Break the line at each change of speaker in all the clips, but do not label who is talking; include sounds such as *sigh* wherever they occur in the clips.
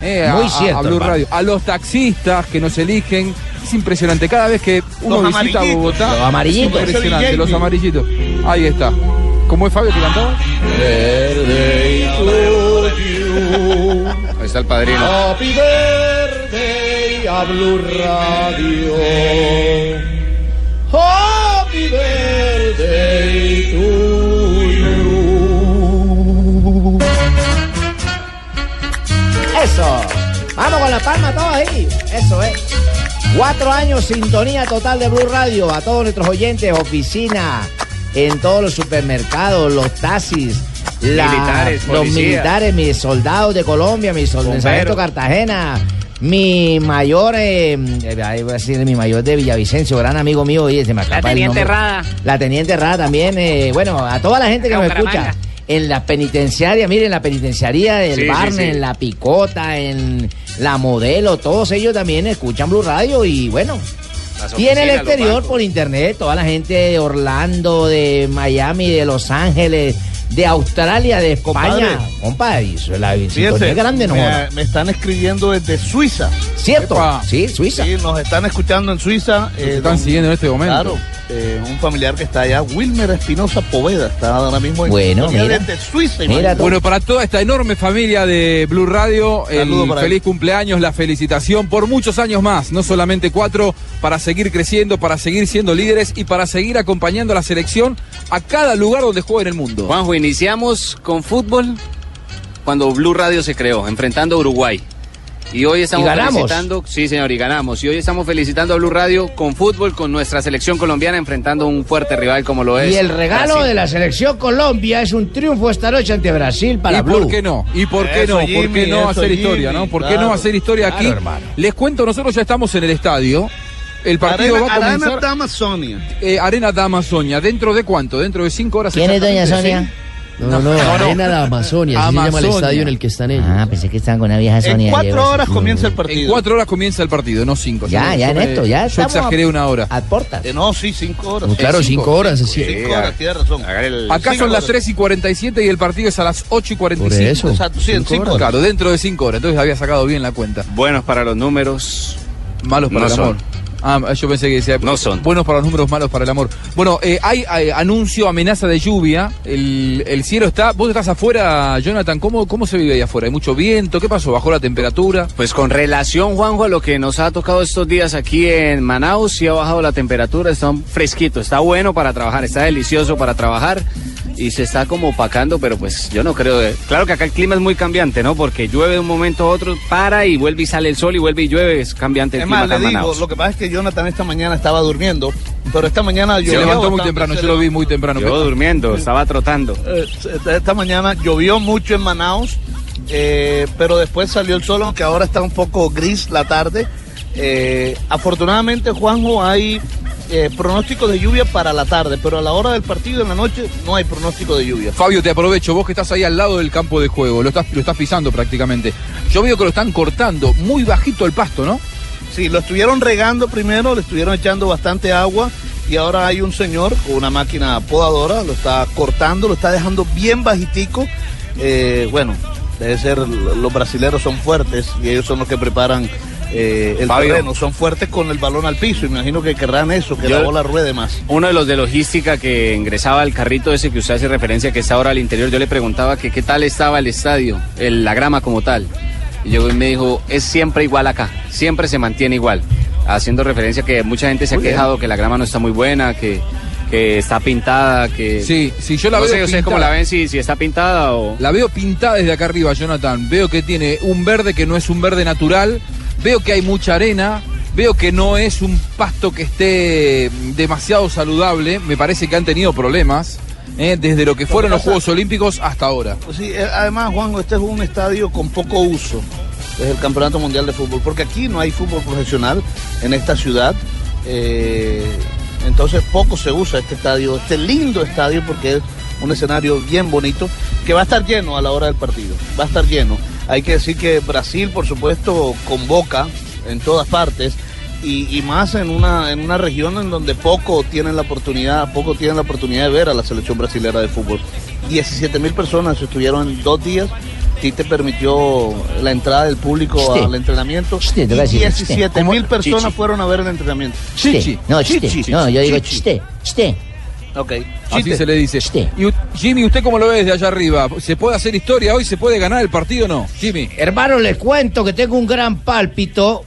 eh, a,
Muy
a-
cierto,
a Blue
hermano.
Radio, a los taxistas que nos eligen. Es impresionante, cada vez que uno
Los
visita
amarillitos.
Bogotá,
Los amarillitos.
es impresionante, los amarillitos. Ahí está. ¿Cómo es Fabio que cantaba? Ahí está el padrino.
Happy Birthday a Blue Radio. Happy Birthday to you.
Eso. Vamos con la palma todos ahí. Eso es. Cuatro años sintonía total de Blue Radio a todos nuestros oyentes, oficina, en todos los supermercados, los taxis, la-
Militares,
los
policías.
militares, mis soldados de Colombia, mis soldados de Sargento Cartagena, mi mayor, eh, eh, ahí voy a decir, mi mayor de Villavicencio, gran amigo mío, oye, se me acaba el
teniente
nombre.
Rada.
La teniente Rada también, eh, bueno, a toda la gente que
Acá
nos
en
escucha.
Bucaramanga.
En la penitenciaria, miren, la penitenciaría del
Sí, sí,
Barne,
sí.
en la Picota, en la Modelo, todos ellos también escuchan Blue Radio y bueno.
Las
Y en el
oficinas, los
exterior,
bancos.
por internet, toda la gente de Orlando, de Miami, de Los Ángeles, de Australia, de España.
Compadre.
Compadre, eso, la sintonía
Fíjense,
es grande, no
me,
joda.
me están escribiendo desde Suiza.
¿Cierto?
Epa.
Sí, Suiza.
Sí, nos están escuchando en Suiza.
Nos
eh,
están
don-
siguiendo en este momento.
Claro, eh, un familiar que está allá, Wilmer Espinosa Poveda, está ahora mismo en
Bueno,
sintonía
mira.
desde Suiza.
Mira
imagínate.
tú.
Bueno, para toda esta enorme familia de Blue Radio, el
Saludo para
feliz
él.
cumpleaños, la felicitación por muchos años más, no solamente cuatro, para seguir creciendo, para seguir siendo líderes y para seguir acompañando a la selección a cada lugar donde juegue en el mundo.
Juanjo, iniciamos con fútbol cuando Blue Radio se creó, enfrentando a Uruguay. Y hoy estamos
Y ganamos.
felicitando, sí señor, y ganamos. Y hoy estamos felicitando a Blue Radio con fútbol, con nuestra selección colombiana enfrentando a un fuerte rival como lo es.
Y el regalo
Brasil.
de la selección Colombia es un triunfo esta noche ante Brasil para
¿Y
Blue.
por qué no? ¿Y por qué
Eso,
no? ¿Por qué
Jimmy,
no
eso,
hacer historia,
Jimmy,
no? ¿Por qué
claro.
no hacer historia
Claro,
aquí?
hermano.
Les cuento, nosotros ya estamos en el estadio. El partido
Arena,
va a
Arana
comenzar
está Amazonia.
eh, Arena Dama Sonia. ¿Dentro de cuánto? ¿Dentro de cinco horas?
¿Quién es doña
exactamente,
Sonia?
No, no, no, Arena de Amazonia, así se llama
Amazonia.
el estadio en el que están ellos.
Ah, pensé que estaban con una vieja Sonia.
En cuatro
Diego.
horas comienza el
sí. En
partido.
cuatro horas comienza el partido, no cinco.
Ya,
Yo-
ya
yo
en
me-
esto, ya
Yo
estamos
exageré una hora.
A Pues portas.
Eh, no, sí, cinco horas.
No, claro,
Sí,
cinco horas, así.
Cinco horas, tiene razón.
Acá
Cinco
son las
horas.
3 y 47 y el partido es a las 8 y 45.
Por eso.
Exacto, sí, en cinco horas.
Claro, dentro de 5 horas. Entonces había sacado bien la cuenta.
Buenos para los números.
Malos para
No
el
son.
amor. Ah, yo pensé que decía.
No son.
Buenos para los números, malos para el amor. Bueno, eh, hay, hay anuncio, amenaza de lluvia. El, el cielo está. Vos estás afuera, Jonathan. ¿Cómo, ¿Cómo se vive ahí afuera? ¿Hay mucho viento? ¿Qué pasó? ¿Bajó la temperatura?
Pues con relación, Juanjo, a lo que nos ha tocado estos días aquí en Manaus, sí ha bajado la temperatura, está fresquito, está bueno para trabajar, está delicioso para trabajar y se está como opacando, pero pues yo no creo. de- Claro que acá el clima es muy cambiante, ¿no? Porque llueve de un momento a otro, para y vuelve y sale el sol y vuelve y llueve, es cambiante el
Es
clima
más,
acá
le
en
digo,
Manaus.
lo que pasa es que Jonathan esta mañana estaba durmiendo, pero esta mañana
Se
llovió.
levantó muy
bastante,
temprano,
se
yo lo vi muy temprano.
Yo durmiendo, estaba trotando.
Eh, Esta mañana llovió mucho en Manaus, eh, pero después salió el sol, aunque ahora está un poco gris la tarde. Eh, afortunadamente, Juanjo, hay eh, pronóstico de lluvia para la tarde, pero a la hora del partido en la noche no hay pronóstico de lluvia.
Fabio, te aprovecho, vos que estás ahí al lado del campo de juego, lo estás, lo estás pisando prácticamente. Yo veo que lo están cortando muy bajito el pasto, ¿no?
Sí, lo estuvieron regando primero, le estuvieron echando bastante agua y ahora hay un señor con una máquina podadora, lo está cortando, lo está dejando bien bajitico. Eh, bueno, debe ser, los brasileros son fuertes y ellos son los que preparan eh, el
Fabio.
terreno, son fuertes con el balón al piso, imagino que querrán eso, que
Yo-
la bola ruede más.
Uno de los de logística que ingresaba al carrito ese que usted hace referencia que está ahora al interior, yo le preguntaba que qué tal estaba el estadio, el- la grama como tal. Y llegó y me dijo, es siempre igual acá, siempre se mantiene igual. Haciendo referencia que mucha gente se ha quejado que la grama no está muy buena, que, que está pintada, que...
Sí, sí, yo la
no
veo.
sé ustedes cómo
pintada.
la ven, si, si está pintada o...
La veo pintada desde acá arriba, Jonathan. Veo que tiene un verde que no es un verde natural. Veo que hay mucha arena. Veo que no es un pasto que esté demasiado saludable. Me parece que han tenido problemas eh, desde lo que fueron los
pasa-
Juegos Olímpicos hasta ahora.
Pues sí, eh, además, Juanjo, este es un estadio con poco uso desde el Campeonato Mundial de Fútbol, porque aquí no hay fútbol profesional en esta ciudad. eh, entonces, poco se usa este estadio, este lindo estadio, porque es un escenario bien bonito, que va a estar lleno a la hora del partido. Va a estar lleno. Hay que decir que Brasil, por supuesto, convoca en todas partes. Y, y más en una, en una región en donde poco tienen la oportunidad, poco tienen la oportunidad de ver a la selección brasilera de fútbol. 17 mil personas estuvieron en dos días Tite permitió la entrada del público
Chiste.
al entrenamiento.
Chiste,
y
te voy a decir, chiste.
17 mil
¿Cómo?
personas
Chichi.
Ah, fueron a ver el entrenamiento.
Chichi.
Chiste. No, chiste.
Chichi.
No, yo digo
Chichi.
chiste. Chiste.
Ok.
Así
Chiste.
se le dice.
Chiste.
Y, u- Jimmy, ¿usted cómo lo ve desde allá arriba? ¿Se puede hacer historia hoy? ¿Se puede ganar el partido o no? Jimmy.
Hermano, les cuento que tengo un gran pálpito,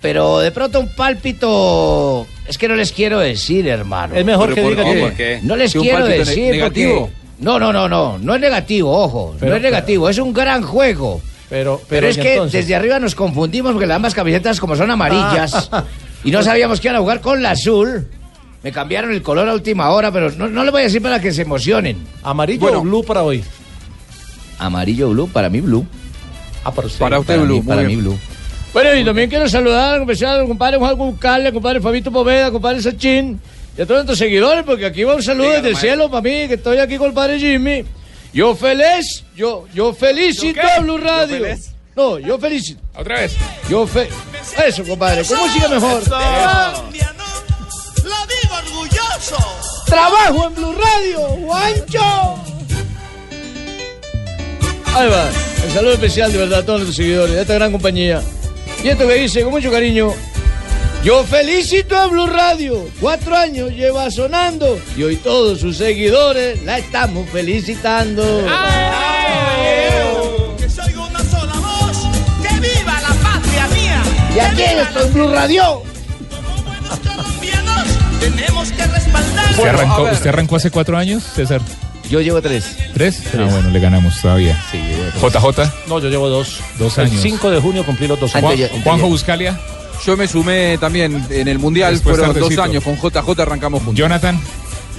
pero de pronto un pálpito... Es que no les quiero decir, hermano.
Es mejor
Pero
que
por-
diga
no,
que-
¿por qué?
No les
¿Que un
quiero
pálpito ne-
decir
negativo?
porque- No, no, no, no, no es negativo, ojo,
Pero-
no es negativo, es un gran juego.
Pero, pero,
Pero, es
¿y
que
entonces?
desde arriba nos confundimos porque las ambas camisetas como son amarillas
Ah.
y no sabíamos que iban a jugar con la azul. Me cambiaron el color a última hora, pero no, no le voy a decir para que se emocionen.
Amarillo
Bueno.
o blue para hoy.
Amarillo blue, para mí blue.
Ah, para usted.
Para usted, Blue. muy bien.
blue. Bueno, y también quiero saludar especial al compadre Juan Cucale, al compadre Fabito Poveda, al compadre Sachín y a todos nuestros seguidores, porque aquí va un saludo desde el cielo para mí, que estoy aquí con el padre Jimmy. Yo feliz, yo, yo felicito a Blue Radio. no, yo felicito. Otra vez. Yo fe Eso, compadre, con música mejor.
Colombiano, lo digo orgulloso.
Trabajo en Blue Radio, Juancho. Ahí va, el saludo especial de verdad a todos nuestros seguidores, a esta gran compañía. Y esto que dice con mucho cariño. Yo felicito a Blue Radio, cuatro años lleva sonando y hoy todos sus seguidores la estamos felicitando.
Que soy una sola voz. Que viva la patria mía.
Y aquí
que viva
estoy en Blue Radio.
la- Como buenos colombianos tenemos que respaldar.
¿Usted
Bueno, a
arrancó,
ver.
usted arrancó hace cuatro años, César?
Yo llevo tres.
¿Tres? Ah, bueno, le ganamos todavía. JJ,
No, yo llevo dos.
Dos
El
años.
5 de junio cumplí los dos
Antes
años.
yo-
Juan- Juanjo Buscalia,
Yo me sumé también en el Mundial,
Después
fueron
tardecito.
dos años, con JJ arrancamos juntos.
Jonathan.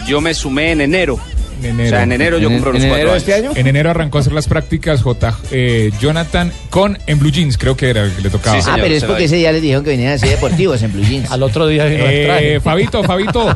Yo me sumé en enero.
En enero.
O sea, en enero yo cumplo los cuatro años.
este año?
En enero arrancó a hacer las prácticas J, eh, Jonathan con en Blue Jeans, creo que era el que le tocaba.
Sí, señor.
Ah, pero es
se lo
porque
digo.
ese ya les dijeron que venían a ser deportivos en Blue
*laughs*
Jeans.
Al otro día vino el traje.
Eh, Fabito, Fabito.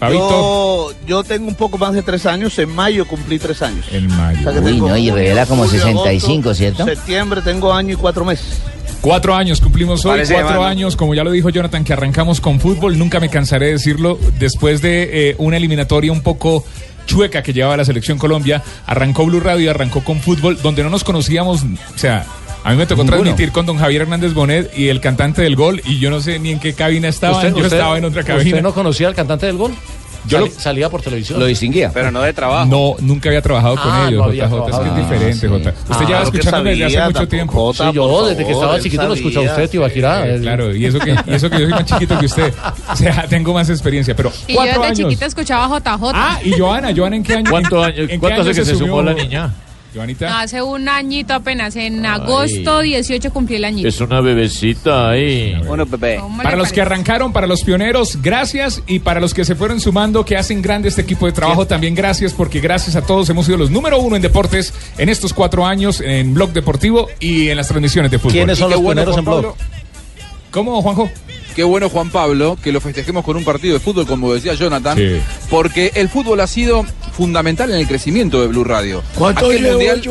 Fabito.
Yo, yo tengo un poco más de tres años. En mayo cumplí tres años.
En mayo.
que
Uy,
tengo
no, y
junio,
revela como
julio,
65, ¿cierto?
Septiembre tengo año y cuatro meses.
Cuatro años cumplimos hoy,
Parece
cuatro
Iván.
años, como ya lo dijo Jonathan, que arrancamos con fútbol, nunca me cansaré de decirlo, después de eh, una eliminatoria un poco chueca que llevaba la selección Colombia, arrancó Blue Radio, arrancó con fútbol, donde no nos conocíamos, o sea, a mí me tocó
Ninguno.
transmitir con don Javier Hernández Bonet y el cantante del gol, y yo no sé ni en qué cabina estaba, yo estaba en otra cabina.
¿Usted no conocía al cantante del gol?
Yo
Sali-
lo-
Salía por televisión.
distinguía.
Pero no de trabajo.
No, nunca había trabajado con
Ah,
ellos,
no había
JJ, es que es
trabajado.
diferente,
Ah, sí.
J. Usted ya va
Claro que
escuchándome desde hace
sabía,
mucho
tampoco,
tiempo.
Sí,
Jota,
yo
por
desde que
favor,
estaba
él
chiquito lo escuchaba
sabía,
usted, Tibaquirá.
Eh,
El-
claro, y eso que, y eso que yo soy más chiquito que usted. O sea, *laughs* tengo más experiencia, pero
Y yo
cuatro
desde
años.
chiquita escuchaba JJ.
Ah, y Joana, Joana, ¿en qué año?
¿Cuánto
en-
año-
en qué
¿Cuánto hace
año
que se
subió
sumó la niña?
Joanita.
Hace un añito apenas, en agosto 18 cumplí el añito.
una bebecita ahí.
Bueno, bebé.
¿Cómo le
Para los
parece?
que arrancaron, para los pioneros, gracias. Y para los que se fueron sumando, que hacen grande este equipo de trabajo, también gracias, porque gracias a todos hemos sido los número uno en deportes en estos cuatro años, en Blog Deportivo y en las transmisiones de fútbol.
¿Quiénes son
Qué
los
bueno,
pioneros
Juan
en blog?
Pablo.
¿Cómo, Juanjo?
Qué bueno Juan Pablo, que lo festejemos con un partido de fútbol, como decía Jonathan,
Sí.
porque el fútbol ha sido fundamental en el crecimiento de Blue Radio. Aquel mundial,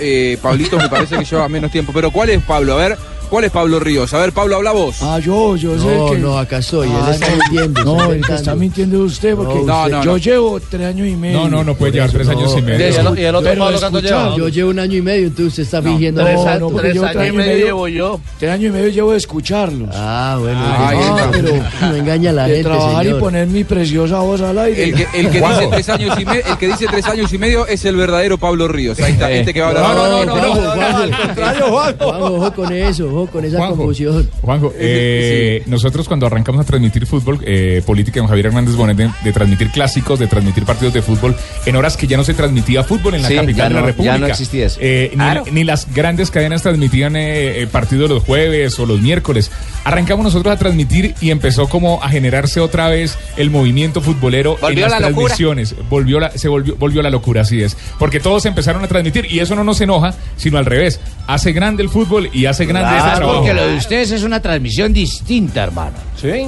eh, Pablito me parece que lleva menos tiempo, pero ¿cuál es Pablo? A ver, ¿cuál es Pablo Ríos? A ver, Pablo, habla vos.
Ah, yo, yo sé
No,
que...
no, acá estoy.
Ah,
él está
no.
mintiendo.
No,
está
el que está
inventando.
mintiendo es usted, porque
No,
usted-
no,
yo
no.
llevo tres años y medio.
No, no, no puede llevar tres años y medio.
Y el, y el otro
Pero
Pablo Canto lleva.
escuchado.
Yo llevo un año y medio, entonces usted está fingiendo.
tres
No,
años.
no,
porque
tres
yo
años y
también
medio
medio-
llevo yo.
Tres años y medio llevo de escucharlos.
Ah, bueno.
Ay,
no,
ahí está.
pero
*laughs*
no engaña a la
de
gente,
trabajar y
señor.
poner mi preciosa voz al aire.
El que, el que
Juanjo.
dice tres años y me- el que dice tres años y medio es el verdadero Pablo Ríos. Ahí está, este que va a hablar.
No, no, no, no,
Juanjo,
no, no,
Juanjo.
Juanjo.
Juanjo, ojo con eso, ojo con esa
Juanjo,
confusión.
Juanjo, eh, nosotros cuando arrancamos a transmitir fútbol, eh, política con Javier Hernández Bonet, de, de transmitir clásicos, de transmitir partidos de fútbol, en horas que ya no se transmitía fútbol en la
Sí, ya
capital de la
no- ya
República.
no existía eso.
Eh, ni, ni las grandes cadenas transmitían eh, eh, partidos los jueves o los miércoles. Arrancamos nosotros a transmitir y empezó como a generarse otra vez el movimiento futbolero
Volvió
en las
la locura.
transmisiones transmisiones, volvió la, se volvió, volvió la locura, así es. Porque todos empezaron a transmitir y eso no nos enoja, sino al revés. Hace grande el fútbol y hace grande este
Claro,
trabajo.
porque lo de ustedes es una transmisión distinta, hermano.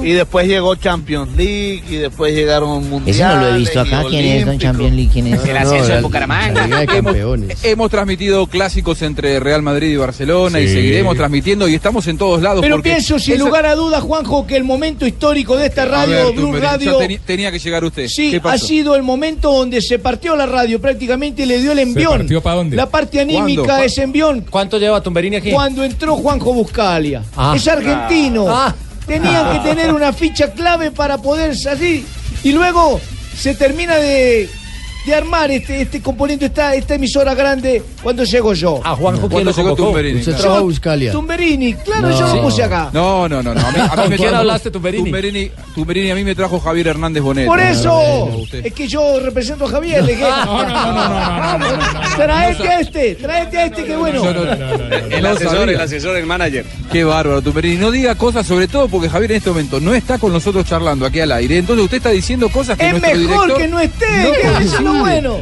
Y después llegó Champions League y después llegaron mundiales.
*laughs* Ese no lo he visto
y
acá. ¿Quién es Don
olímpicos.
Champions League? ¿Quién es?
El ascenso de Bucaramanga.
Hemos, hemos transmitido clásicos entre Real Madrid y Barcelona y
Sí.
seguiremos transmitiendo y estamos en todos lados.
Pero
porque
pienso sin
esa-
lugar a dudas, Juanjo, que el momento histórico de esta
A ver,
radio, Blue
Tumberini, ya
Radio,
teni- tenía que llegar usted.
sí,
¿Qué
ha
pasó?
sido el momento donde se partió la radio prácticamente y le dio el envión.
partió pa' dónde?
La parte anímica
¿Cuándo?
de ese envión
¿Cuánto lleva Tumberini aquí?
cuando entró Juanjo Buscalia.
Ah.
Es argentino.
Ah.
Tenían
*laughs*
que tener una ficha clave para poder salir. Y luego se termina de, de armar este, este componente, esta, esta emisora grande, cuando llego yo.
A Ah, Juanjo, ¿quién
¿Cuándo
lo
llegó
convocó?
Tumberini?
Yo- Tumberini, claro,
No.
yo lo
Sí.
puse acá.
No, no, no, no. A mí, a mí
¿Con
me
quién
trajo-
hablaste, Tumberini?
Tumberini? Tumberini a mí me trajo Javier Hernández Bonet.
Por eso,
No, usted.
es que yo represento a Javier. le dije,
no, no, no, no, no, no, no.
Traete a este, traete a este, que bueno.
No, no, no.
El
No
asesor,
sabía.
el asesor, el manager.
Qué bárbaro, Tumberini. No diga cosas, sobre todo porque Javier en este momento no está con nosotros charlando aquí al aire. Entonces usted está diciendo cosas que
Es
nuestro
mejor
director
que no esté,
no
que es lo
coincide.
bueno.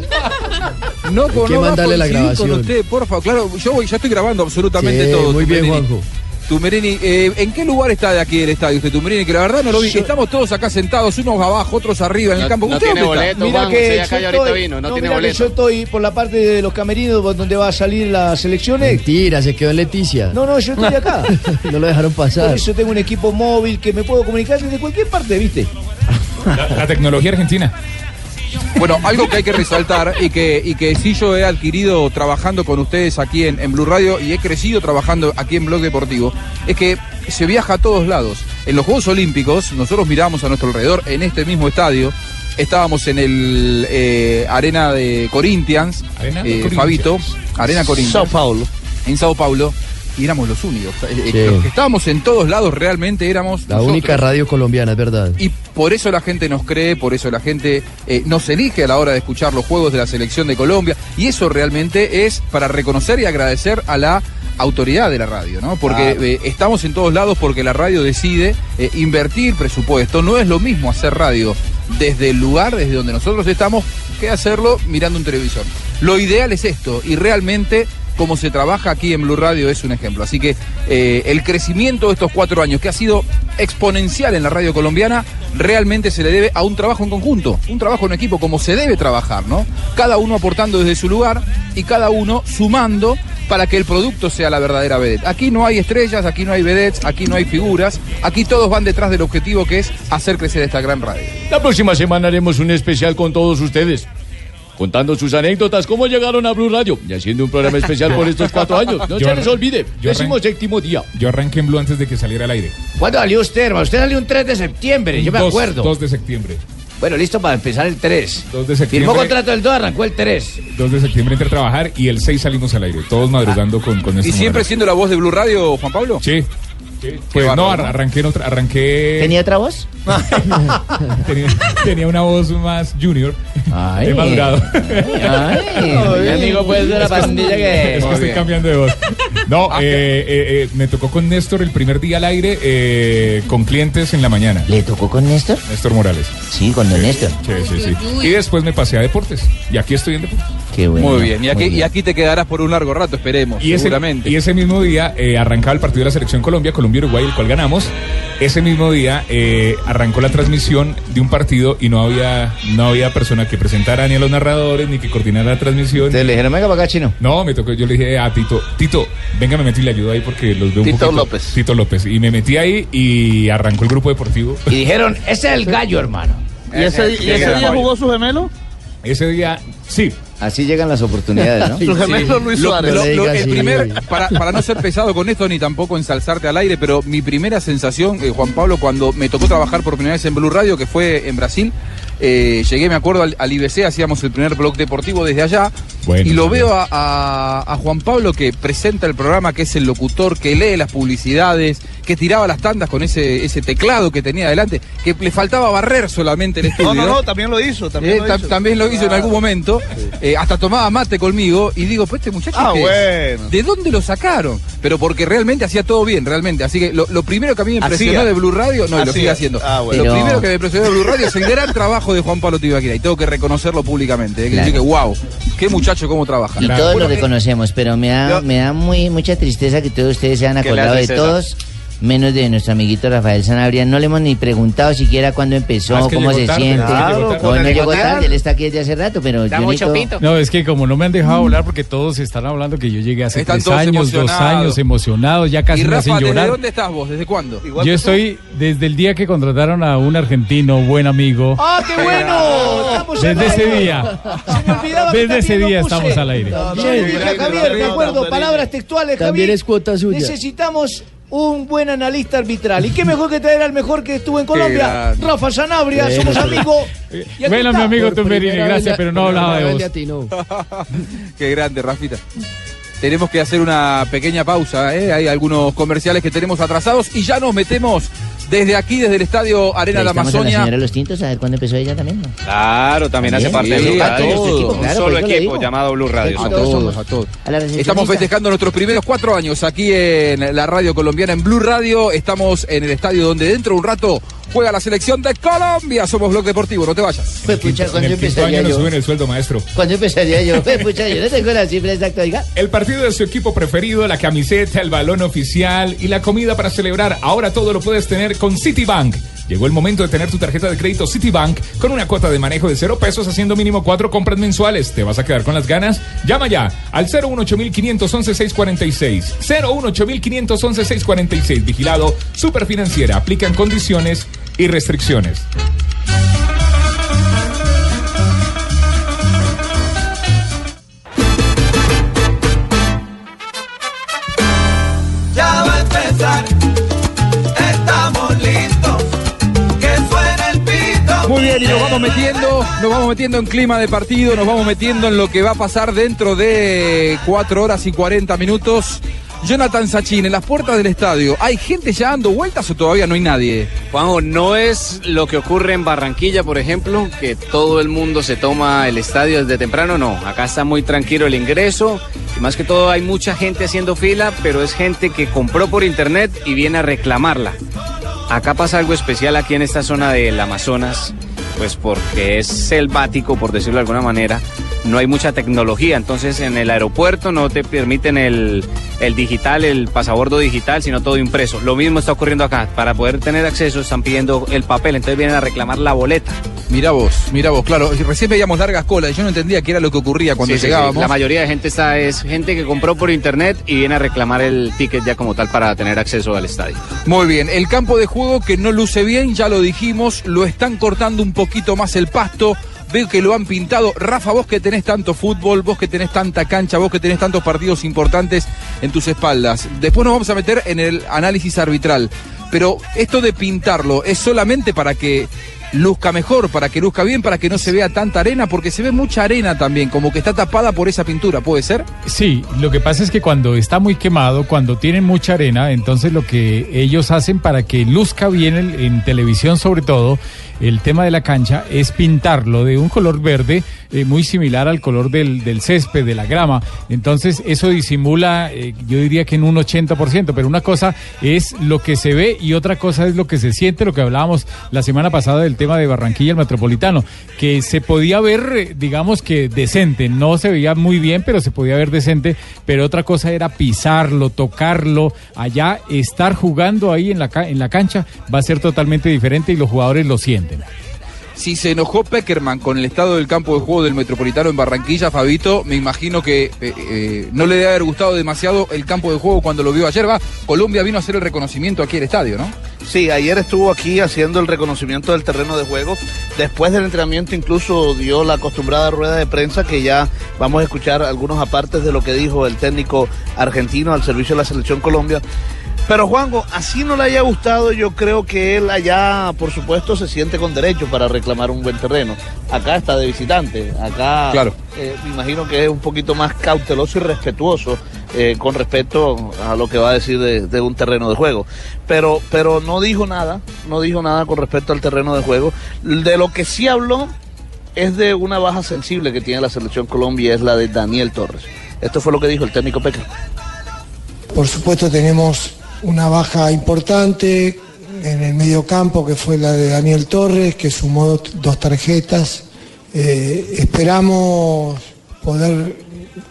No, con,
que
no va a
mandarle la
coincidir
grabación.
con usted, por favor. Claro, yo voy, ya estoy grabando absolutamente
Sí,
todo.
muy bien,
Tumberini.
Juanjo.
Tumberini, eh, ¿en qué lugar está de aquí el estadio usted, Tumberini? Que la verdad no lo vi. Estamos todos acá sentados, unos abajo, otros arriba en el
No-
campo.
no
¿Usted
tiene
dónde está?
boleto. Juanjo, se ya
yo
cayó, ahorita vino, no tiene
mirá que
boleto.
Yo estoy por la parte de los camerinos donde va a salir las elecciones.
Mentira, se quedó en Leticia.
No, no, yo estoy acá.
*laughs* No lo dejaron
Por
pasar.
eso tengo un equipo móvil que me puedo comunicar desde cualquier parte, ¿viste?
La, la tecnología argentina.
Bueno, algo que hay que resaltar y que, y que sí yo he adquirido trabajando con ustedes aquí en, en Blue Radio y he crecido trabajando aquí en Blog Deportivo, es que se viaja a todos lados. En los Juegos Olímpicos, nosotros miramos a nuestro alrededor en este mismo estadio. Estábamos en el eh, Arena de Corinthians,
Arena de
eh,
Corinthians.
Fabito, Arena
Sao
Corinthians,
Paulo.
en Sao Paulo, y éramos los únicos. Eh, eh, los que estábamos en todos lados realmente éramos
La
nosotros.
única radio colombiana, es verdad.
Y por eso la gente nos cree, por eso la gente eh, nos elige a la hora de escuchar los juegos de la selección de Colombia. Y eso realmente es para reconocer y agradecer a la autoridad de la radio, ¿no? Porque eh, estamos en todos lados porque la radio decide eh, invertir presupuesto. No es lo mismo hacer radio desde el lugar, desde donde nosotros estamos, que hacerlo mirando un televisor. Lo ideal es esto y realmente como se trabaja aquí en Blue Radio es un ejemplo. Así que eh, el crecimiento de estos cuatro años, que ha sido exponencial en la radio colombiana, realmente se le debe a un trabajo en conjunto, un trabajo en equipo, como se debe trabajar, ¿no? Cada uno aportando desde su lugar y cada uno sumando para que el producto sea la verdadera vedette. Aquí no hay estrellas, aquí no hay vedettes, aquí no hay figuras, aquí todos van detrás del objetivo que es hacer crecer esta gran radio.
La próxima semana haremos un especial con todos ustedes. Contando sus anécdotas, cómo llegaron a Blue Radio y haciendo un programa especial por estos cuatro años. No
Yo
se
arran-
les olvide,
yo
décimo
arran-
séptimo día.
Yo arranqué en Blue antes de que saliera al aire.
¿Cuándo salió usted, hermano? Usted salió un 3 de septiembre, yo me
Dos-
acuerdo.
2 de septiembre.
Bueno, listo para empezar el 3.
Dos de septiembre.
Firmó contrato el 2, arrancó el 3.
2 de septiembre entré a trabajar y el 6 salimos al aire. Todos madrugando con, este con
¿Y
nuestro
siempre
moderador.
siendo la voz de Blue Radio, Juan Pablo?
Sí. Pues
Qué
no,
bárbaro,
arra-
¿no?
arranqué, en otra- arranqué
¿Tenía otra voz?
tenía, tenía una voz más junior.
Ay.
He madurado.
Ay, mi amigo pues de la pandilla
Es
que... Ah,
que estoy cambiando de voz. No, eh, eh, eh, me tocó con Néstor el primer día al aire eh, con clientes en la mañana.
¿Le tocó con Néstor?
Néstor Morales.
Sí, con don Néstor.
Sí, sí, sí.
Uy, uy.
Y después me pasé a deportes. Y aquí estoy en deportes.
Qué bueno.
Muy bien, y aquí, y aquí te quedarás por un largo rato, esperemos,
Y ese,
seguramente.
y ese mismo día eh, arrancaba el partido de la selección Colombia, Colombia-Uruguay, el cual ganamos. Ese mismo día eh, arrancó la transmisión de un partido y no había, no había persona que presentara ni a los narradores ni que coordinara la transmisión.
le dijeron, venga para acá, chino.
No, me tocó, yo le dije a Tito, Tito, venga, me meto y le ayudo ahí porque los veo un
Tito
poquito.
López.
Tito López. Y me metí ahí y arrancó el grupo deportivo.
Y dijeron, ese es el gallo, hermano.
¿Y ese, y ese día jugó su gemelo?
Ese día, sí,
Así llegan las oportunidades,
*laughs*
*laughs*
¿no?
Su gemelo Luis
Lo-
Suárez.
lo-
No le
lo-
digas
el
sí.
primer, para, para no ser pesado con esto ni tampoco ensalzarte al aire, pero mi primera sensación, eh, Juan Pablo, cuando me tocó trabajar por primera vez en Blue Radio, que fue en Brasil, eh, llegué, me acuerdo, al, al IBC, hacíamos el primer blog deportivo desde allá,
Bueno,
y lo
señor.
veo a, a- a Juan Pablo que presenta el programa, que es el locutor, que lee las publicidades, que tiraba las tandas con ese, ese teclado que tenía adelante, que le faltaba barrer solamente este el estudio.
No, no, no, también lo hizo. También
Eh,
lo
tam-
hizo,
también lo hizo en
Ah.
algún momento. Eh, hasta tomaba mate conmigo y digo, pues este muchacho.
Ah,
¿qué es?
bueno.
¿De dónde lo sacaron? Pero porque realmente hacía todo bien, realmente. Así que lo, lo primero que a mí me
Hacía.
impresionó de Blue Radio, no, y lo
Hacía.
sigue haciendo.
Ah, bueno.
Lo
Pero-
primero que me impresionó de Blue Radio es el gran trabajo de Juan Pablo Tibaquira. Y tengo que reconocerlo públicamente. eh, que
Claro.
decir que, wow, qué muchacho cómo trabaja. eh,
Y
Claro.
todos
Bueno,
lo reconocemos, pero me da, me da muy, mucha tristeza que todos ustedes se han
¿Qué le
acordado de
haces, César?
todos
menos de nuestro amiguito Rafael Sanabria. No le hemos ni preguntado siquiera cuándo empezó,
Ah, es que
cómo
llegó
se
tarde,
siente.
claro, Llegó tarde.
No, no
llegó
llegó
tarde.
*laughs*
tarde, él está aquí desde hace rato, pero yo necesito-
No, es que como no me han dejado hablar porque todos están hablando que yo llegué hace
Están
tres
todos
años, dos
emocionados.
años, emocionados, ya casi
y
me hacen
Rafa, ¿desde
llorar.
dónde estás vos? ¿Desde cuándo?
Yo estoy desde el día que contrataron a un argentino, buen amigo.
¡Ah, qué bueno! Estamos
Desde
al
ese
aire.
día.
Se me olvidaba que
Desde ese
también lo
día
puse.
estamos al aire.
Bien, dije, Javier, de acuerdo, palabras textuales, Javier.
También es cuota suya.
Necesitamos un buen analista arbitral. ¿Y qué mejor que traer al mejor que estuvo en Colombia?
grande.
Rafa Sanabria,
Bueno,
somos
sí.
amigos. Y aquí
Bueno, mi
está.
amigo
Por
Tumberini,
primera vez
gracias,
le-
pero no
por
hablaba de
primera
vos.
vez le atinó.
Qué grande, Rafita. Tenemos que hacer una pequeña pausa, ¿eh? hay algunos comerciales que tenemos atrasados y ya nos metemos desde aquí, desde el Estadio Arena de
Entrevistamos a
la
la
Amazonia.
señora Los Tintos, a ver cuándo empezó ella también. ¿no?
Claro, también hace parte de
Sí,
Blue
a
Radio.
todos.
un
Claro, por
solo
eso lo
equipo
digo.
llamado Blue Radio.
A
Todos
todos,
somos.
a todos.
A la
Estamos
recepcionista.
festejando nuestros primeros cuatro años aquí en la radio colombiana, en Blue Radio. Estamos en el estadio donde dentro de un rato juega la selección de Colombia. Somos Blog Deportivo, no te vayas.
Fue pucha,
En
¿cuándo
el quinto
empezaría
año nos
yo?
suben el sueldo, maestro.
¿Cuándo empezaría
*laughs*
yo? Fue pucha, yo no tengo la cifra exacta, oiga.
El partido de su equipo preferido, la camiseta, el balón oficial y la comida para celebrar. Ahora todo lo puedes tener con Citibank. Llegó el momento de tener tu tarjeta de crédito Citibank con una cuota de manejo de cero pesos haciendo mínimo cuatro compras mensuales. ¿Te vas a quedar con las ganas? Llama ya al 018511646. 018511646. Vigilado, superfinanciera. Aplican condiciones y restricciones.
Ya va a empezar, estamos listos, que suene el pito.
Muy bien, y nos vamos metiendo, nos vamos metiendo en clima de partido, nos vamos metiendo en lo que va a pasar dentro de 4 horas y 40 minutos. Jonathan Sachin, en las puertas del estadio, ¿hay gente ya dando vueltas o todavía no hay nadie?
Juanjo, no es lo que ocurre en Barranquilla, por ejemplo, que todo el mundo se toma el estadio desde temprano, no. Acá está muy tranquilo el ingreso. Y más que todo hay mucha gente haciendo fila, pero es gente que compró por internet y viene a reclamarla. Acá pasa algo especial aquí en esta zona del Amazonas, pues porque es selvático, por decirlo de alguna manera. No hay mucha tecnología, entonces en el aeropuerto no te permiten el, el digital, el pasabordo digital, sino todo impreso. Lo mismo está ocurriendo acá. Para poder tener acceso están pidiendo el papel, entonces vienen a reclamar la boleta.
Mira vos, mira vos, claro, recién veíamos largas colas y yo no entendía qué era lo que ocurría cuando
Sí, sí, sí.
llegábamos.
La mayoría de gente está, es gente que compró por internet y viene a reclamar el ticket ya como tal para tener acceso al estadio.
Muy bien, el campo de juego que no luce bien, ya lo dijimos, lo están cortando un poquito más el pasto, veo que lo han pintado. Rafa, vos que tenés tanto fútbol, vos que tenés tanta cancha, vos que tenés tantos partidos importantes en tus espaldas. Después nos vamos a meter en el análisis arbitral, pero esto de pintarlo es solamente para que luzca mejor, para que luzca bien, para que no se vea tanta arena, porque se ve mucha arena también, como que está tapada por esa pintura, ¿puede ser?
Sí, lo que pasa es que cuando está muy quemado, cuando tienen mucha arena, entonces lo que ellos hacen para que luzca bien el- en televisión sobre todo el tema de la cancha es pintarlo de un color verde eh, muy similar al color del, del césped, de la grama. Entonces eso disimula, eh, yo diría que en un 80%, pero una cosa es lo que se ve y otra cosa es lo que se siente, lo que hablábamos la semana pasada del tema de Barranquilla, el Metropolitano, que se podía ver, eh, digamos que decente, no se veía muy bien, pero se podía ver decente, pero otra cosa era pisarlo, tocarlo, allá estar jugando ahí en la, ca- en la cancha va a ser totalmente diferente y los jugadores lo sienten.
Si se enojó Peckerman con el estado del campo de juego del Metropolitano en Barranquilla, Fabito, me imagino que eh, eh, no le debe haber gustado demasiado el campo de juego cuando lo vio ayer. Va, Colombia vino a hacer el reconocimiento aquí al estadio, ¿no?
Sí, ayer estuvo aquí haciendo el reconocimiento del terreno de juego. Después del entrenamiento incluso dio la acostumbrada rueda de prensa que ya vamos a escuchar algunos apartes de lo que dijo el técnico argentino al servicio de la selección Colombia. Pero Juanjo, así no le haya gustado, yo creo que él allá, por supuesto, se siente con derecho para reclamar un buen terreno. Acá está de visitante, acá
Claro.
eh, me imagino que es un poquito más cauteloso y respetuoso eh, con respecto a lo que va a decir de, de un terreno de juego. Pero, pero no dijo nada, no dijo nada con respecto al terreno de juego. De lo que sí habló es de una baja sensible que tiene la selección Colombia, es la de Daniel Torres. Esto fue lo que dijo el técnico Peca.
Por supuesto tenemos una baja importante en el medio campo que fue la de Daniel Torres, que sumó do- dos tarjetas. Eh, esperamos poder,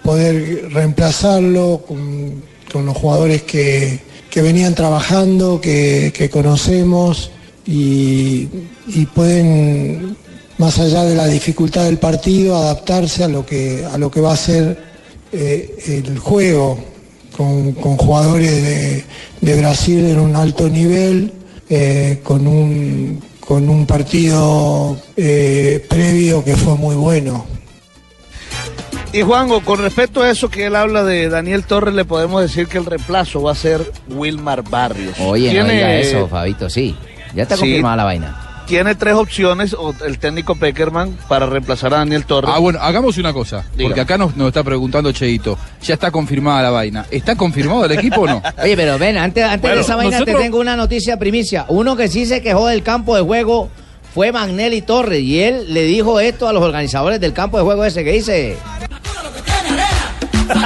poder reemplazarlo con, con los jugadores que, que que venían trabajando, que, que conocemos y, y pueden, más allá de la dificultad del partido, adaptarse a lo que, a lo que va a ser eh, el juego con, con jugadores de, de Brasil en un alto nivel, eh, con, un, con un partido eh, previo que fue muy bueno.
Y Juanjo, con respecto a eso que él habla de Daniel Torres, le podemos decir que el reemplazo va a ser Wilmar Barrios.
Oye, no
Tiene-
diga eso, Fabito, sí. Ya está
Sí.
confirmada la vaina.
Tiene tres opciones o el técnico Peckerman para reemplazar a Daniel Torres.
Ah, bueno, hagamos una cosa, porque
Diga.
acá nos, nos está preguntando Cheito, ya está confirmada la vaina. ¿Está confirmado el equipo o
*laughs*
no?
*laughs* Oye, pero ven, antes, antes de esa vaina te tengo una noticia primicia. Uno que sí se quejó del campo de juego fue Magnelli Torres y él le dijo esto a los organizadores del campo de juego ese que
*laughs*
dice. *laughs*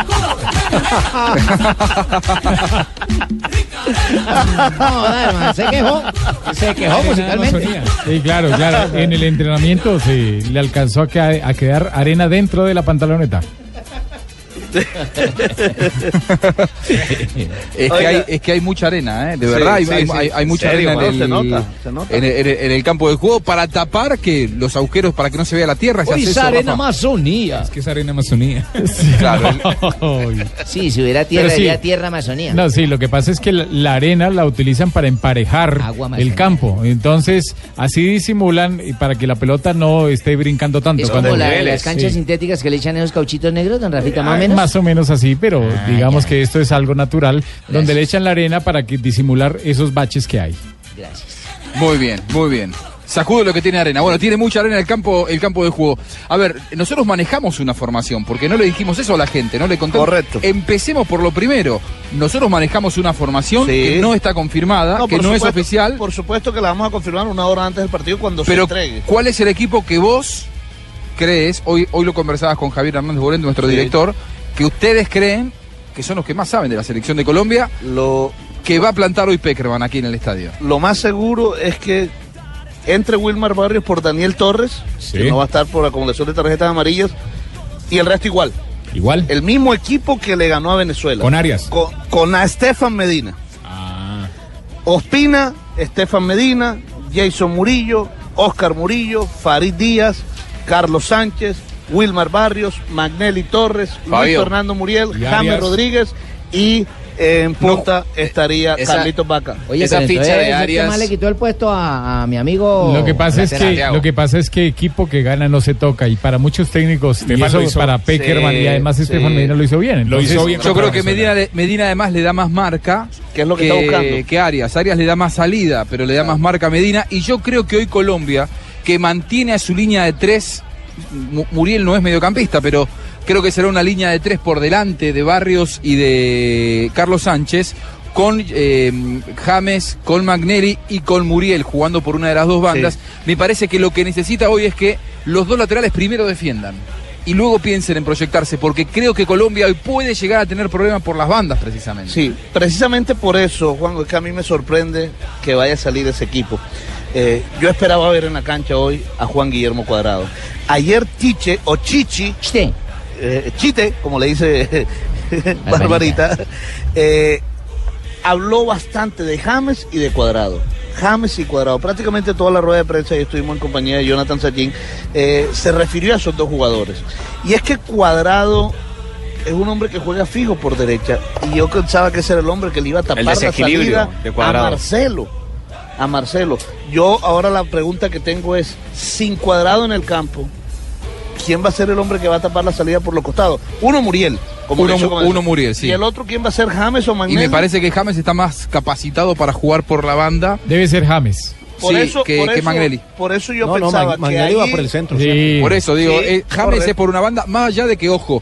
No, nada más, se quejó. Se quejó musicalmente.
Sí, claro, *laughs* claro. En el entrenamiento se le alcanzó a, ca- a quedar arena dentro de la pantaloneta.
Es que,
Oiga.
hay, es que hay mucha arena, ¿eh? de
Sí,
verdad, hay,
sí,
hay-
sí.
hay- hay mucha
Serio,
arena en el,
¿no? Se nota, se nota.
En, el, en el campo de juego para tapar que los agujeros para que no se vea la tierra. ¿se
Uy,
hace
esa
eso,
arena
Rafa?
Amazonía. Es que es arena
*laughs*
Amazonía.
Claro.
*laughs* Sí, si hubiera tierra,
Pero sí.
sería tierra amazonía.
No, sí, lo que pasa es que la, la arena la utilizan para emparejar el campo. Entonces, así disimulan y para que la pelota no esté brincando tanto.
es
cuando-
como la de las canchas
Sí.
sintéticas que le echan esos cauchitos negros, don Rafita, más o
Ah,
menos.
Más o menos así, pero digamos que esto es algo natural, donde le echan la arena para que disimular esos baches que hay.
Muy bien, muy bien. Sacudo lo que tiene arena. Bueno, tiene mucha arena el campo, el campo de juego. A ver, nosotros manejamos una formación, porque no le dijimos eso a la gente, no le contamos. Correcto. Empecemos por lo primero. Nosotros manejamos una formación que no está confirmada, que
por
no es
supuesto-
oficial.
Por supuesto que la vamos a confirmar una hora antes del partido cuando
Pero,
se entregue.
¿cuál es el equipo que vos crees? Hoy, hoy lo conversabas con Javier Hernández Borendo, nuestro
Sí.
director, que ustedes creen que son los que más saben de la selección de Colombia,
lo
que va a plantar hoy Peckerman aquí en el estadio.
Lo más seguro es que entre Wilmar Barrios por Daniel Torres, que no va a estar por acumulación de tarjetas amarillas, y el resto igual.
Igual.
El mismo equipo que le ganó a Venezuela.
Con Arias. Ah.
Con, con a Estefan Medina. Ospina, Estefan Medina, Jason Murillo, Oscar Murillo, Farid Díaz, Carlos Sánchez, Wilmar Barrios, Magnelli Torres, Luis
Fabio.
Fernando Muriel,
Y
James
Arias.
Rodríguez y eh, en punta estaría
esa-
Carlitos Vaca.
Oye, pero entonces, ¿ese tema le
quitó el puesto a, a mi
Oh,
amigo.
Lo que pasa es que
lateral?
lo que pasa es que equipo que gana no se toca y para muchos técnicos y
Estefan
eso
lo hizo.
para Peckerman
Sí,
y además
sí.
Estefan Medina lo hizo bien. entonces-
Yo creo que Medina, le- Medina además le da más marca
es lo que está buscando.
que Arias. Arias le da más salida, pero le da más marca a Medina. Y yo creo que hoy Colombia, que mantiene a su línea de tres, Mu- Muriel no es mediocampista, pero creo que será una línea de tres por delante de Barrios y de Carlos Sánchez, con eh, James, con Magnelli y con Muriel jugando por una de las dos bandas. Me parece que lo que necesita hoy es que los dos laterales primero defiendan. Y luego piensen en proyectarse, porque creo que Colombia hoy puede llegar a tener problemas por las bandas, precisamente.
Sí, precisamente por eso, Juan, es que a mí me sorprende que vaya a salir ese equipo. Eh, yo esperaba ver en la cancha hoy a Juan Guillermo Cuadrado. Ayer Tiche o Chichi, eh,
Chite,
Chite como le dice *laughs* Barbarita, eh, habló bastante de James y de Cuadrado. James y Cuadrado, prácticamente toda la rueda de prensa, y estuvimos en compañía de Jonathan Sallín, eh, se refirió a esos dos jugadores. Y es que Cuadrado es un hombre que juega fijo por derecha, y yo pensaba que ese era el hombre que le iba a tapar la
desequilibrio
salida
de
a
Cuadrado.
Marcelo. A Marcelo. Yo ahora la pregunta que tengo es, sin Cuadrado en el campo, ¿quién va a ser el hombre que va a tapar la salida por los costados? Uno Muriel. como
Uno
le hizo
Mu-
con el-
uno Muriel, sí.
Y el otro, ¿quién va a ser James o
Y
Magnelli?
me parece que James está más capacitado para jugar por la banda.
Debe ser James.
Por
sí,
eso,
que,
por
que
eso-
Magnelli.
Por eso yo
No, no,
pensaba
Mag-
que ahí...
Magnelli va por el
centro,
Por eso digo,
Sí,
eh, James
correcto.
es por una banda, más allá de que, ojo,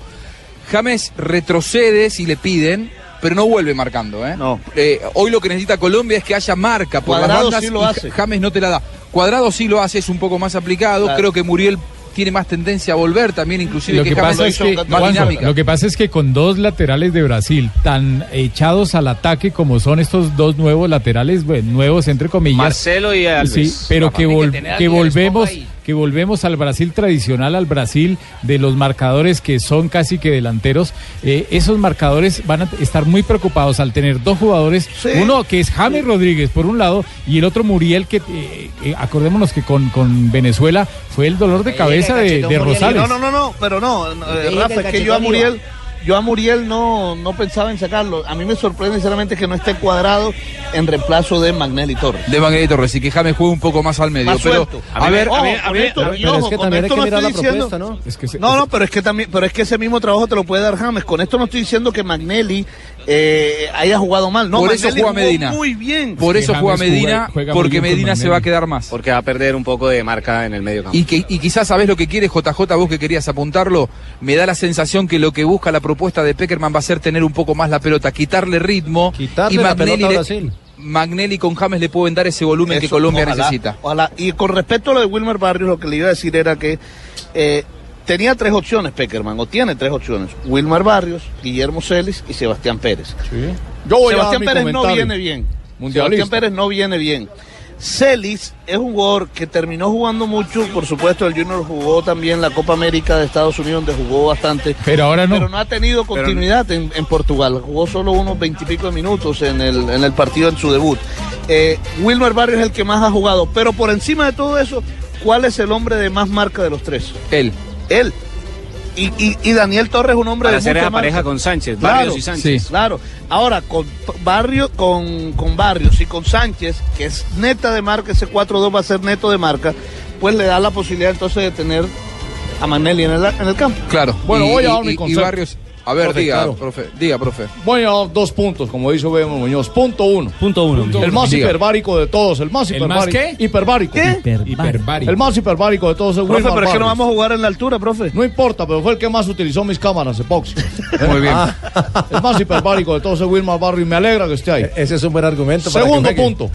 James retrocede si le piden, pero no vuelve marcando. ¿eh? Eh, hoy lo que necesita Colombia es que haya marca por
Cuadrado
las bandas
sí lo
y
hace.
James no te la da. Cuadrado sí lo hace, es un poco más aplicado.
Claro.
Creo que Muriel tiene más tendencia a volver también, inclusive
lo que,
James
pasa es que,
más
Juanjo,
dinámica.
lo que pasa es que con dos laterales de Brasil tan echados al ataque como son estos dos nuevos laterales, bueno, nuevos entre comillas.
Marcelo y Alves.
Sí, pero
Rafa.
que,
Hay que
vol-
tener
que
alguien que les
volvemos
ponga ahí.
que volvemos al Brasil tradicional, al Brasil de los marcadores que son casi que delanteros. eh, esos marcadores van a estar muy preocupados al tener dos jugadores, uno que es James Rodríguez por un lado y el otro Muriel que eh, eh, acordémonos que con, con Venezuela fue el dolor de cabeza de, de Rosales.
No, no, no, no, pero no, no, eh, Rafa, es que yo a Muriel, yo a Muriel no, no pensaba en sacarlo. A mí me sorprende sinceramente que no esté cuadrado en reemplazo de Magnelli Torres.
De Magnelli Torres, y que James juegue un poco más al medio.
Más
pero,
suelto.
a ver,
Ojo,
a ver, a
con
ver,
esto- y ojo, con esto no estoy diciendo- No, no, pero es que también, pero es que ese mismo trabajo te lo puede dar James. Con esto no estoy diciendo que Magnelli eh, haya jugado mal. No,
Por eso
Magnelli
juega
jugó
Medina.
Muy bien.
Por eso juega Medina, porque Medina se va a quedar más.
Porque va a perder un poco de marca en el medio campo.
Y, que, y quizás sabés lo que quiere JJ, vos que querías apuntarlo, me da la sensación que lo que busca la propuesta de Peckerman va a ser tener un poco más la pelota, quitarle ritmo.
Quitarle
y
la
Magnelli
pelota a
le-
Brasil.
Magnelli con James le pueden dar ese volumen que
Eso,
Colombia
ojalá,
necesita.
ojalá. Y con respecto a lo de Wilmer Barrios, lo que le iba a decir era que eh, tenía tres opciones, Peckerman, o tiene tres opciones: Wilmer Barrios, Guillermo Celis y Sebastián Pérez.
Yo voy a dar
Sebastián
mi
Pérez no
comentario.
viene bien.
Mundialista.
Sebastián Pérez no viene bien. Celis es un jugador que terminó jugando mucho, por supuesto el Junior jugó también la Copa América de Estados Unidos donde jugó bastante.
Pero ahora no.
Pero no ha tenido continuidad en, en Portugal, jugó solo unos veintipico de minutos en el, en el partido en su debut. Eh, Wilmer Barrio es el que más ha jugado, pero por encima de todo eso, ¿cuál es el hombre de más marca de los tres?
Él.
Él. Y, y- y Daniel Torres es un hombre
Para
de
hacer
mucha
esa
marca.
pareja con Sánchez,
Claro,
Barrios y Sánchez.
sí, Claro. Ahora, con P- Barrio, con, con Barrios y con Sánchez, que es neta de marca, ese 4-2 va a ser neto de marca, pues le da la posibilidad entonces de tener a Manelli en el, en el campo.
Claro.
Bueno,
Y-
voy a
y-
dar mi
y- y
concepto.
Barrios- a ver,
Profe,
diga,
claro.
profe, diga, profe.
Voy a dar dos puntos, como dice Bemo Muñoz. Punto uno. Punto uno. el
uno.
más
Diga.
hiperbárico de todos. El más
¿El
hiperbárico.
más qué?
Hiperbárico. El más hiperbárico de todos es
Profe,
Wilmar
pero es que no
Barrios.
vamos a jugar en la altura, profe.
No importa, pero fue el que más utilizó mis cámaras, epoxi.
Muy bien.
el más hiperbárico de todos es Wilmar Barrio y me alegra que esté ahí.
Ese es un buen argumento. para que
Segundo
juegue.
punto.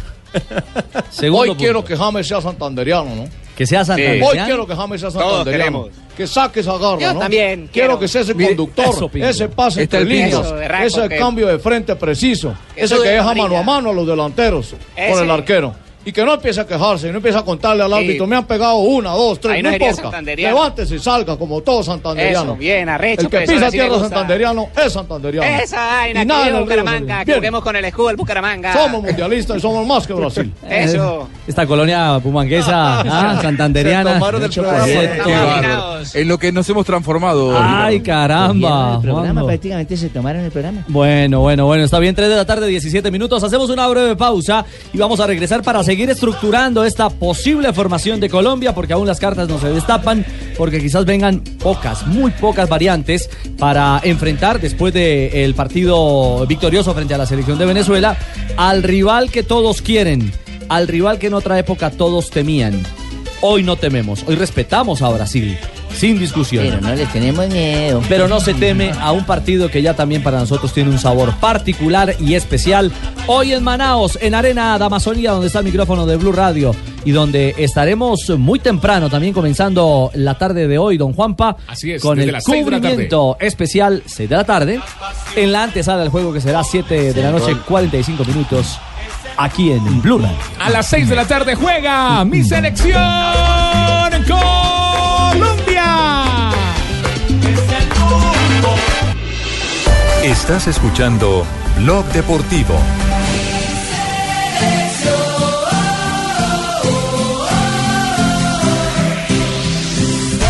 Segundo
Hoy
punto.
quiero que James sea santanderiano, ¿no?
Que sea Santander.
Hoy quiero que James sea
Todos
santanderiano. Que saque esa garra,
Yo
¿no?
también
Quiero,
quiero.
que sea ese
Mire,
conductor,
eso, Pinto.
ese pase
Está
entre
el Pinto.
líneas,
Eso, de Raco,
ese
que-
cambio de frente preciso,
Eso
ese que
de
deja
amarilla.
mano a mano a los delanteros
Ese.
con el arquero. Y que no empiece a quejarse, y no empiece a contarle al
Sí.
árbitro, me han pegado una, dos, tres,
Ahí
no,
no sería
importa.
santanderiano.
Levántese y salga como todo santanderiano.
Eso, bien, arrecho,
El que
pues,
pisa
ahora sí me
tierra
gusta.
santanderiano es santanderiano.
Esa vaina,
Y nada
que viva
en el Río
Bucaramanga,
Janeiro.
que
Bien.
juguemos con el escudo del Bucaramanga.
Somos mundialistas y somos
*laughs*
más que Brasil.
Eso.
Esta colonia
*laughs*
pumanguesa, ah, santanderiana. Qué
Qué
bárbaro.
bárbaro. En lo que nos hemos transformado.
Ay, caramba.
El programa
Juanjo.
prácticamente se tomaron el programa.
Bueno, bueno, bueno, está bien, 3 de la tarde, 17 minutos. Hacemos una breve pausa y vamos a regresar para seguir estructurando esta posible formación de Colombia, porque aún las cartas no se destapan, porque quizás vengan pocas, muy pocas variantes para enfrentar después del partido victorioso frente a la selección de Venezuela al rival que todos quieren, al rival que en otra época todos temían. Hoy no tememos, hoy respetamos a Brasil, sin discusión.
Pero no les tenemos miedo.
Pero no se teme a un partido que ya también para nosotros tiene un sabor particular y especial. Hoy en Manaos, en Arena Damasonia, donde está el micrófono de Blue Radio y donde estaremos muy temprano también comenzando la tarde de hoy, don Juanpa.
Así es,
con
desde
el
las seis de la tarde.
cubrimiento especial 6 de la tarde en la antesala del juego que será 7 de la noche, 45 minutos aquí en Blue Radio.
A las 6 de la tarde juega mi selección Colombia.
Estás escuchando Blog Deportivo.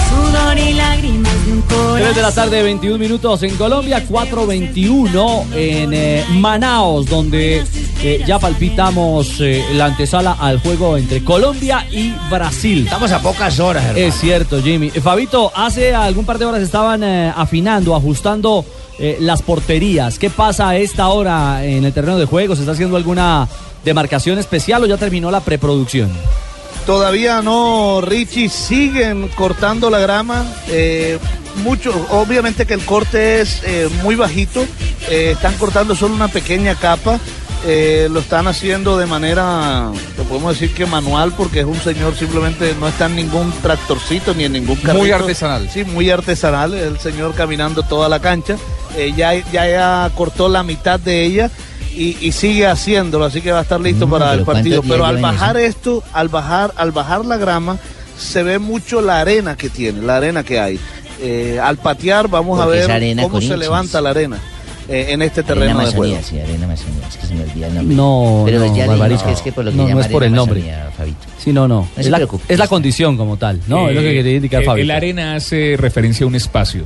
Sudor y lágrimas de un
3 de la tarde, 21 minutos en Colombia, 4.21 en eh, Manaos, donde eh, ya palpitamos eh, la antesala al juego entre Colombia y Brasil. Estamos a pocas horas,
hermano.
Es cierto, Jimmy. Eh, Fabito, hace algún par de horas estaban eh, afinando, ajustando eh, las porterías. ¿Qué pasa a esta hora en el terreno de juego? ¿Se está haciendo alguna demarcación especial o ya terminó la preproducción?
Todavía no, Richie, siguen cortando la grama. eh, mucho, obviamente que el corte es eh, muy bajito. eh, están cortando solo una pequeña capa. eh, lo están haciendo de manera, lo podemos decir que manual, porque es un señor simplemente no está en ningún tractorcito ni en ningún carrito.
Muy artesanal.
Sí, muy artesanal. El señor caminando toda la cancha. eh, ya, ya, ya cortó la mitad de ella. Y, y sigue haciéndolo, así que va a estar listo para el
Mm, pero ¿cuántos
partido.
días
Pero al
llevan eso?
bajar esto, al bajar, al bajar la grama, se ve mucho la arena que tiene, la arena que hay. Eh, al patear vamos
Porque
a
es
ver
arena
cómo se
Corinthians.
levanta la arena eh, en este
Arena
terreno de juego.
Amazonía, sí, Arena Amazonía, es que se me olvida el nombre.
No,
pero
no,
ya le digo
Barbarito.
que es que por lo que
No, no
llama
es por
Arena
el nombre.
Amazonía, Fabito.
Sí, no, no.
No
Es
se
la,
preocupe,
es la condición como tal, ¿no? es lo que
Eh,
quería indicar ¿Ah,
eh,
Fabio.
El arena hace referencia a un espacio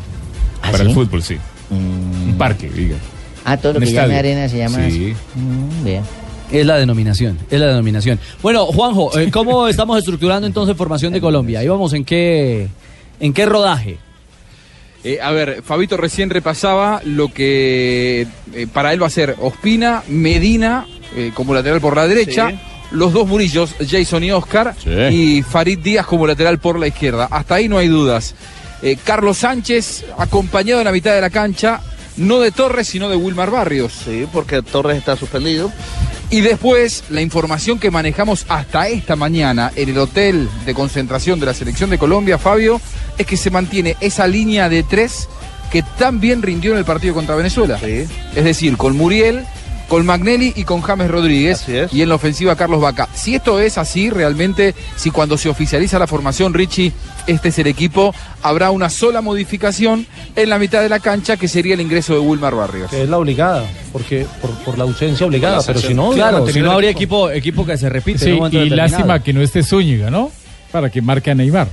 para el fútbol, sí.
Mm.
Un parque, diga.
Ah, todo lo
Un
que llame
estadio.
arena se llama
Sí.
así. Mm, vea.
Es la denominación, es la denominación. Bueno, Juanjo, eh, ¿cómo *laughs* estamos estructurando entonces formación de Colombia? Íbamos en qué, en qué rodaje.
Eh, a ver, Fabito recién repasaba lo que eh, para él va a ser Ospina, Medina, eh, como lateral por la derecha,
Sí.
los dos Murillos, Jason y Oscar, y Farid Díaz como lateral por la izquierda. Hasta ahí no hay dudas. Eh, Carlos Sánchez, acompañado en la mitad de la cancha, no de Torres, sino de Wilmar Barrios.
Sí, porque Torres está suspendido.
Y después, la información que manejamos hasta esta mañana en el hotel de concentración de la selección de Colombia, Fabio, es que se mantiene esa línea de tres que tan bien rindió en el partido contra Venezuela. Es decir, con Muriel, con Magnelli y con James Rodríguez. Y en la ofensiva, Carlos Vaca. Si esto es así, realmente, si cuando se oficializa la formación, Richie, este es el equipo, habrá una sola modificación en la mitad de la cancha que sería el ingreso de Wilmar Barrios.
que es la obligada, porque por, por la ausencia obligada,
Por la
pero si
sanción.
no,
Claro, si no habría
equipo.
equipo, equipo que se repite.
Sí,
en un momento
y
determinado.
lástima que no esté Zúñiga, ¿no? Para que marque a Neymar.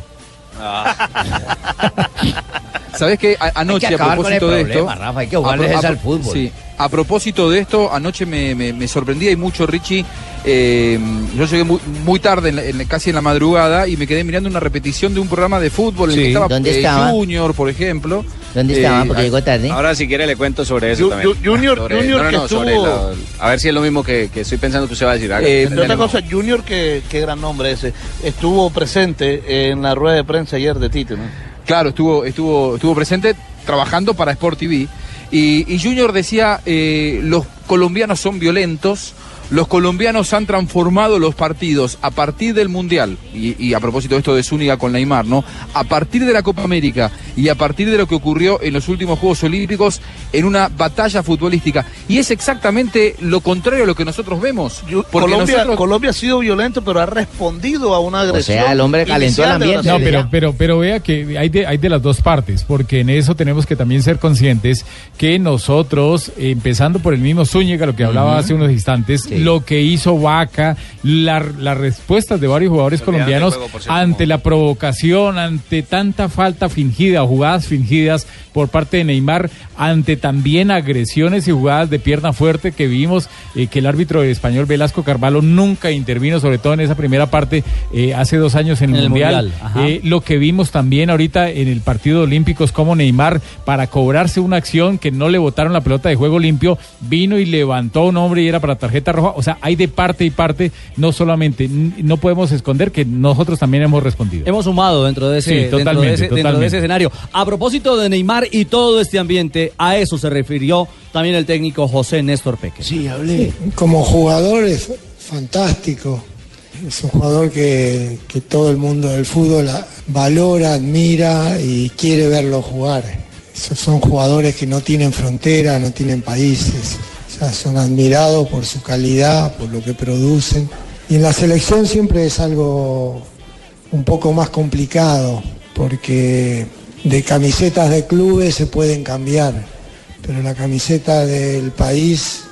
Ah.
*laughs*
¿Sabés qué? A- anoche, a
acabar con el
propósito de
problema,
esto.
Rafa, hay que
a
jugarles
pro- a
es al
pro-
fútbol.
sí. A propósito de esto, anoche me, me- me sorprendía y mucho, Richie. eh, yo llegué muy, muy tarde, en la- en la- casi en la madrugada, y me quedé mirando una repetición de un programa de fútbol en el
Sí.
que estaba, eh,
¿Dónde estaba?
Junior, por ejemplo. Eh,
¿Dónde
estaba?
estaba? Porque llegó
tarde.
ah, Ahora si quiere le cuento sobre eso
Ju-
también.
Ju- Junior-
Sobre-
Junior
no, no,
que
no, sobre
estuvo-
la- a ver si es lo mismo que, que estoy pensando que usted va a decir. Haga-
Eh, entre
Dale,
otras
no.
cosas, Junior, que, qué gran nombre ese, estuvo presente en la rueda de prensa ayer de Tito, ¿no?
Claro, estuvo, estuvo, estuvo presente trabajando para Sport TV. Y, y Junior decía, eh, los colombianos son violentos, los colombianos han transformado los partidos a partir del Mundial, y, y a propósito de esto de Zúñiga con Neymar, ¿no? A partir de la Copa América y a partir de lo que ocurrió en los últimos Juegos Olímpicos en una batalla futbolística. Y es exactamente lo contrario a lo que nosotros vemos. Porque
Colombia,
nosotros-
Colombia ha sido violento, pero ha respondido a una agresión. inicial de
No,
Brasil.
pero, pero, pero vea que hay de, hay de las dos partes, porque en eso tenemos que también ser conscientes que nosotros, eh, empezando por el mismo Zúñiga, lo que hablaba
Ujú.
hace unos instantes, lo que hizo Vaca, la- las respuestas de varios jugadores
Olvidaron del
colombianos
juego, por cierto,
ante la provocación, ante tanta falta fingida, jugadas fingidas por parte de Neymar, ante también agresiones y jugadas de pierna fuerte que vimos eh, que el árbitro español Velasco Carvalho nunca intervino, sobre todo en esa primera parte eh, hace dos años en el,
En el
Mundial.
Mundial, ajá.
Eh, lo que vimos también ahorita en el partido de Olímpicos, como Neymar, para cobrarse una acción que no le botaron la pelota de juego limpio, vino y levantó a un hombre y era para tarjeta roja. O sea, hay de parte y parte, no solamente, n- no podemos esconder que nosotros también hemos respondido.
Hemos sumado dentro de ese,
Sí,
dentro de
totalmente,
ese- dentro de
totalmente.
ese escenario. A propósito de Neymar y todo este ambiente, a eso se refirió también el técnico José Néstor Peque. Sí, hablé.
Como jugador es fantástico. Es un jugador que, que todo el mundo del fútbol a- valora, admira y quiere verlo jugar. Esos son jugadores que no tienen frontera, no tienen países. O sea, son admirados por su calidad, por lo que producen. Y en la selección siempre es algo un poco más complicado, porque de camisetas de clubes se pueden cambiar, pero la camiseta del país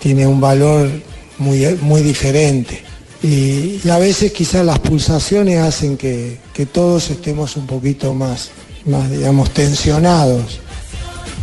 tiene un valor muy, muy diferente. Y, y a veces quizás las pulsaciones hacen que, que todos estemos un poquito más, más digamos, tensionados.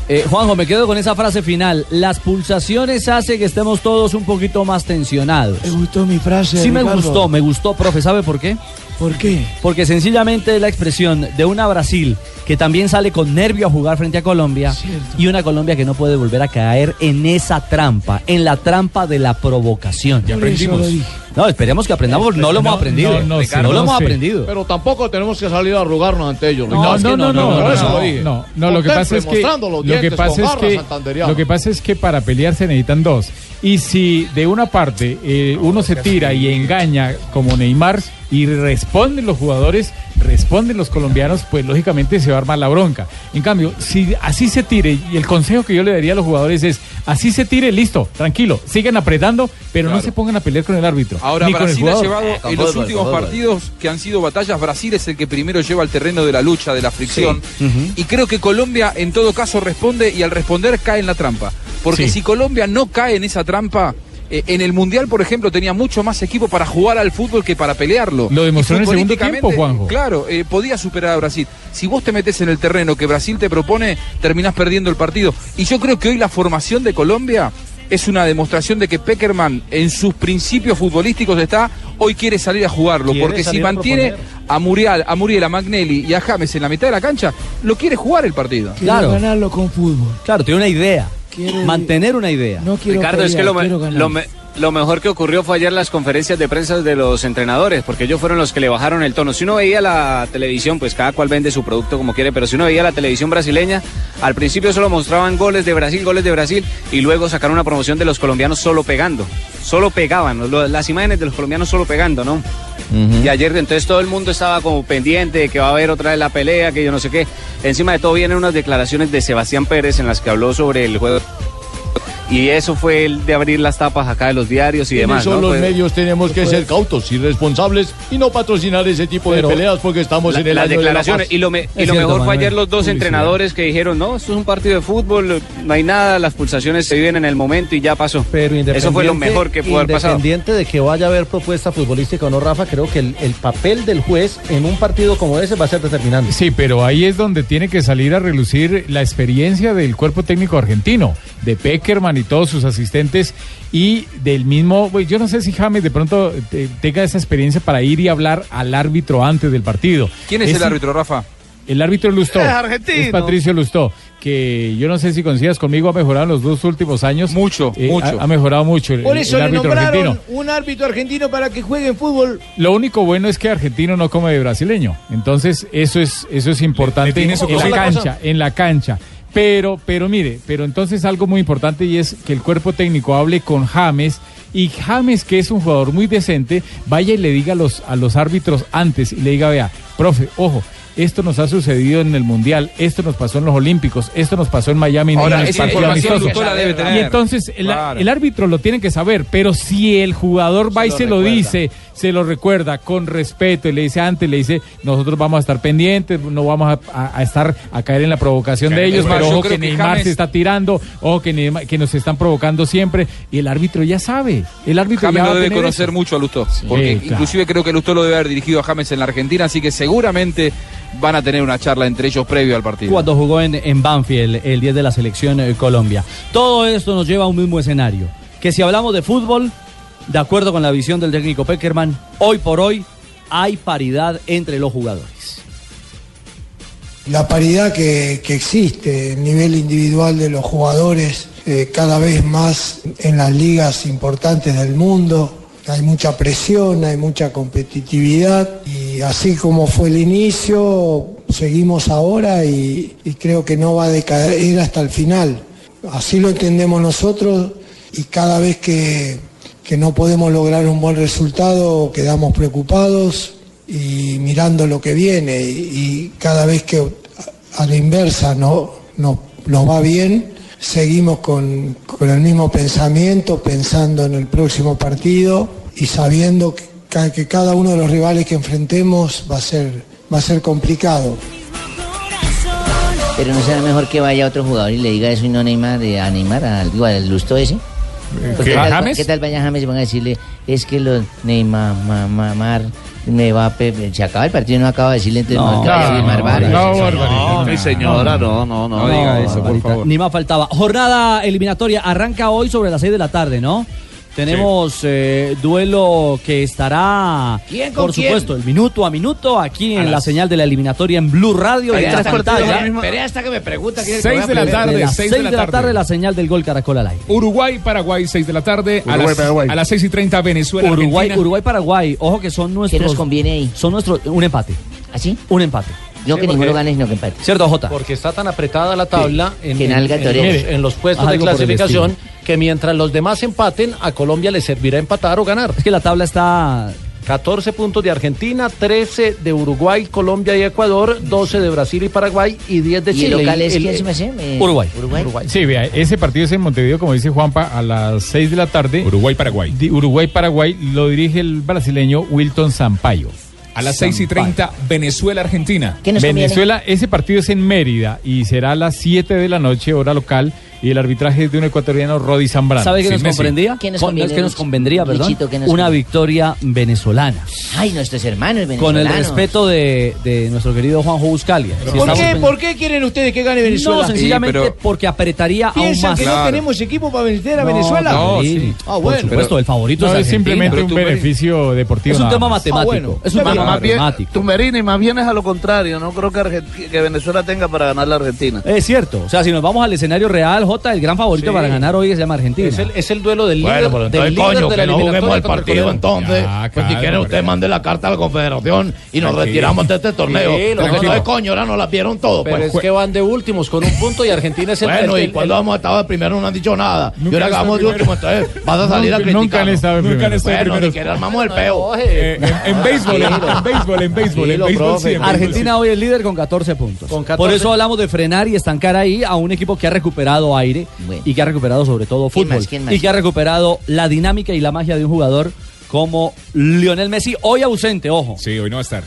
Eh, Juanjo, me quedo con esa frase final. Las pulsaciones hacen que estemos todos un poquito más tensionados.
Me gustó mi frase.
Sí me
Ricardo.
gustó, me gustó, profe. ¿Sabe por qué?
¿Por qué?
Porque sencillamente es la expresión de una Brasil que también sale con nervio a jugar frente a Colombia y una Colombia que no puede volver a caer en esa trampa, en la trampa de la provocación. Ya
Por eso aprendimos. lo dije.
No, esperemos que aprendamos, porque
Este,
no lo hemos aprendido. No, lo hemos aprendido.
Pero tampoco tenemos que salir a rogarnos ante ellos.
No,
Ricardo.
no, no, no, no,
Por eso
no,
lo dije.
no, no, lo que pasa es que
Mostrando los
lo que
dientes
pasa
con
es
garra
que
santanderiana.
lo que pasa es que para pelear se necesitan dos. Y si de una parte eh, uno se tira y engaña como Neymar, y responden los jugadores, responden los colombianos, pues lógicamente se va a armar la bronca. En cambio, si así se tire, y el consejo que yo le daría a los jugadores es, así se tire, listo, tranquilo, sigan apretando, pero no se pongan a pelear con el árbitro.
Ahora
ni con el
Brasil ha
jugador.
llevado en los últimos partidos que han sido batallas, Brasil es el que primero lleva al terreno de la lucha, de la fricción. Y creo que Colombia en todo caso responde y al responder cae en la trampa. Porque
Sí.
si Colombia no cae en esa trampa, eh, en el Mundial, por ejemplo, tenía mucho más equipo para jugar al fútbol que para pelearlo.
Lo
Y
demostró en el segundo
futbolísticamente,
tiempo, Juanjo.
Claro, eh, podía superar a Brasil. Si vos te metes en el terreno que Brasil te propone, terminás perdiendo el partido. Y yo creo que hoy la formación de Colombia es una demostración de que Peckerman en sus principios futbolísticos está, hoy quiere salir a jugarlo,
Quiere
porque si
salir a
mantiene
proponer.
a Muriel, a Muriel, a Magnelli y a James en la mitad de la cancha, lo quiere jugar el partido.
Quiero ganarlo con fútbol.
Claro, tiene una idea.
Quiero-
Mantener una idea.
No quiero
Ricardo, es
pelear,
que lo, me-
quiero ganar.
lo me- lo mejor que ocurrió fue ayer las conferencias de prensa de los entrenadores, porque ellos fueron los que le bajaron el tono. Si uno veía la televisión, pues cada cual vende su producto como quiere, pero si uno veía la televisión brasileña, al principio solo mostraban goles de Brasil, goles de Brasil, y luego sacaron una promoción de los colombianos solo pegando. Solo pegaban, lo- las imágenes de los colombianos solo pegando, ¿no? Y ayer entonces todo el mundo estaba como pendiente de que va a haber otra vez la pelea, que yo no sé qué. Encima de todo vienen unas declaraciones de Sebastián Pérez en las que habló sobre el juego y eso fue el de abrir las tapas acá de los diarios y
En
demás.
eso
¿no?
los
Pues,
medios tenemos que ser cautos y responsables y no patrocinar ese tipo
Pero
de peleas porque estamos
la-
en el
las
año
declaraciones.
de
y lo, me- y lo mejor fue ayer los dos entrenadores que dijeron, no, esto es un partido de fútbol, no hay nada, las pulsaciones se viven en el momento y ya pasó.
Pero
eso fue lo
Independiente-
mejor que pudo haber pasado.
Independiente de que vaya a haber propuesta futbolística o no, Rafa, creo que el, el papel del juez en un partido como ese va a ser determinante.
Sí, pero ahí es donde tiene que salir a relucir la experiencia del cuerpo técnico argentino, de Peckerman y todos sus asistentes, y del mismo, pues, yo no sé si James de pronto eh, tenga esa experiencia para ir y hablar al árbitro antes del partido.
¿Quién es el
Ese-
árbitro, Rafa?
El árbitro Lustó.
Es argentino.
Es Patricio Lustó, que yo no sé si coincidas conmigo, ha mejorado en los dos últimos años. Mucho,
mucho.
Ha, ha mejorado mucho el,
Por eso le
el árbitro
nombraron
argentino.
un árbitro argentino para que juegue en fútbol.
Lo único bueno es que argentino no come de brasileño. Entonces, eso es, eso es importante
le tiene su
en la
cosita.
cancha, en la cancha. Pero, pero mire, pero entonces algo muy importante y es que el cuerpo técnico hable con James y James, que es un jugador muy decente, vaya y le diga a los, a los árbitros antes y le diga, vea, profe, ojo, esto nos ha sucedido en el Mundial, esto nos pasó en los Olímpicos, esto nos pasó en Miami.
Ahora,
en el
esa
partido
información
amistoso".
Lustó la debe tener.
Y entonces el,
Claro.
el árbitro lo tiene que saber, pero si el jugador va y se lo dice, se lo recuerda con respeto y le dice antes, le dice, nosotros vamos a estar pendientes, no vamos a, a- a estar a caer en la provocación de
Claro,
ellos,
es más,
pero
yo
ojo
creo
que
que
Neymar
James-
se está tirando, ojo que, Neymar- que nos están provocando siempre, y el árbitro ya sabe, el árbitro
James
ya va
lo
a
debe
tener
conocer
eso.
mucho a Lustó, porque
claro.
inclusive creo que Lustó lo debe haber dirigido a James en la Argentina, así que seguramente van a tener una charla entre ellos previo al partido.
cuando jugó en, en Banfield, el 10 de la selección eh, Colombia. Todo esto nos lleva a un mismo escenario, que si hablamos de fútbol, de acuerdo con la visión del técnico Peckerman, hoy por hoy hay paridad entre los jugadores.
la paridad que, que existe, el nivel individual de los jugadores eh, cada vez más en las ligas importantes del mundo. Hay mucha presión, hay mucha competitividad y así como fue el inicio, seguimos ahora y, y creo que no va a decaer hasta el final. Así lo entendemos nosotros y cada vez que, que no podemos lograr un buen resultado quedamos preocupados y mirando lo que viene y, y cada vez que a la inversa no, no- nos va bien, seguimos con, con el mismo pensamiento, pensando en el próximo partido y sabiendo que, ca- que cada uno de los rivales que enfrentemos va a ser, va a ser complicado.
Pero no será mejor que vaya otro jugador y le diga eso y no Neymar, eh, a Neymar, al, digo, al Lusto ese. Porque
¿qué?
tal,
¿James?
¿Qué tal vaya James y van a decirle, es que los Neymar, ma- ma- Mar, me va a... pe- Se acaba el partido, no acaba de decirle, entonces no, que vaya a Neymar, Varas.
no, mi señora, no, no, no.
Barbarita, Ni más faltaba. Jornada eliminatoria arranca hoy sobre las 6 de la tarde, ¿no? Tenemos eh, duelo que estará,
¿Quién con
por
quién?
supuesto, el minuto a minuto aquí
A
en la
las-
señal de la eliminatoria en Blue Radio y
Esperé
en la
hasta, que-
pantalla.
esperé hasta que me pregunta quién es el
Seis
que
de la
voy a
tarde,
Desde las
seis
6
de
de
la
la,
tarde.
tarde la señal del gol Caracol al aire.
Uruguay, Paraguay, 6 de la tarde. a,
Uruguay,
las,
Paraguay.
a las 6 y 30, Venezuela.
Uruguay,
Argentina.
Uruguay, Paraguay. Ojo que son nuestros.
nos
conviene ahí? Son nuestros. Un empate.
¿Así?
Un empate.
¿Ah, No
Sí, que ninguno porque- gane,
sino que empate.
¿Cierto, Jota?
Porque está tan apretada la tabla
Que-
en,
que
en-
nalga
en
torero.
los, en los puestos
Algo
de
por el
clasificación
estilo.
que mientras los demás empaten, a Colombia le servirá empatar o ganar.
Es que la tabla está
14 puntos de Argentina, 13 de Uruguay, Colombia y Ecuador, 12 de Brasil y Paraguay y 10 de
¿Y el
Chile.
local es quién se me hace? Eh,
Uruguay.
Uruguay.
Sí, vea, ese partido es en Montevideo, como dice Juanpa, a las 6 de la tarde.
Uruguay-Paraguay.
Uruguay-Paraguay lo dirige el brasileño Wilton Sampaio.
A las 6 y 30, Venezuela-Argentina.
Venezuela, ese partido es en Mérida y será a las 7 de la noche, hora local, y el arbitraje es de un ecuatoriano, Rodi Zambrano.
¿Sabe qué
Sí,
nos
Messi.
comprendía?
¿Quién nos
Con-
conviene,
no, es que nos
Luchito?
convendría, perdón.
Luchito, ¿qué nos
una
conviene?
victoria venezolana.
Ay, nuestros hermanos
Con el
venezolanos.
respeto de, de nuestro querido Juanjo Buscalia. Si
¿Por,
estamos
qué,
pen-
¿Por qué quieren ustedes que gane Venezuela?
No, sencillamente porque apretaría aún
¿Piensan
más.
que no tenemos equipo para vencer a
No,
Venezuela?
Gasparini.
Ah,
Por
bueno.
supuesto, el favorito
No,
es
es
Argentina.
simplemente un beneficio deportivo.
Es un
Ah,
nada
tema
más.
matemático.
Es un tema
más bien,
matemático.
Tumberini, más bien es a lo contrario. No creo que, Argenti- que Venezuela tenga para ganar la Argentina.
Es cierto. O sea, si nos vamos al escenario real, J, el gran favorito
Sí.
para ganar hoy se llama Argentina.
Es el, es el duelo del
Bueno,
líder,
pero entonces,
del líder
coño,
de
que
la
no juguemos
eliminatoria
el
contra el
partido,
Colombia.
entonces. Ya, Pues, si claro, quiere, usted pero-
mande la carta a la confederación
y nos Tranquilo. retiramos de este torneo. Tranquilo. Porque entonces, coño,
ahora nos la vieron todo. Pero
pues.
es que van de últimos con un punto y Argentina es el
Bueno,
el-
¿y
el-
cuándo vamos a estar de primero? No han dicho nada.
Nunca
y ahora
han
acabamos de
estado
último, entonces vas a salir a
Nunca-
criticar.
nunca han estado de primero.
Bueno, ni que armamos el peo.
Eh, en, en béisbol, en, en béisbol, en béisbol, en
Tranquilo,
béisbol,
profe.
sí, en béisbol,
Argentina hoy es líder con 14 puntos. Por
14.
eso hablamos de frenar y estancar ahí a un equipo que ha recuperado aire y que ha recuperado sobre todo
¿Quién
fútbol
más? ¿Quién más?
y que ha recuperado la dinámica y la magia de un jugador como Lionel Messi, hoy ausente, ojo.
Sí, hoy no va a estar.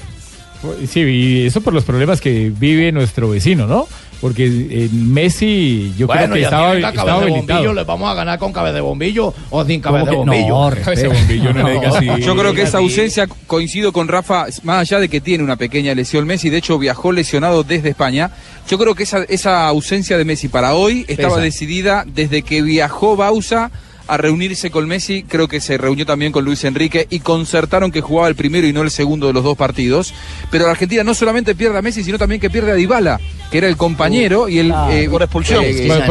Pues, Sí, y eso por los problemas que vive nuestro vecino, ¿no? Porque eh, Messi, yo
bueno,
creo que
y
estaba,
estaba,
estaba
de
habilitado.
bombillo, les vamos a ganar con cabeza de bombillo o sin
¿Cómo
cabeza de
que no?
bombillo.
Cabeza de bombillo, no le digas así.
Yo creo que esa
Sí.
ausencia, coincido con Rafa, más allá de que tiene una pequeña lesión Messi, de hecho viajó lesionado desde España, yo creo que esa, esa ausencia de Messi para hoy estaba
Pesa.
decidida desde que viajó Bausa a reunirse con Messi, creo que se reunió también con Luis Enrique y concertaron que jugaba el primero y no el segundo de los dos partidos, pero la Argentina no solamente pierde a Messi, sino también que pierde a Dybala, que era el compañero y el... eh, eh,
Por- por,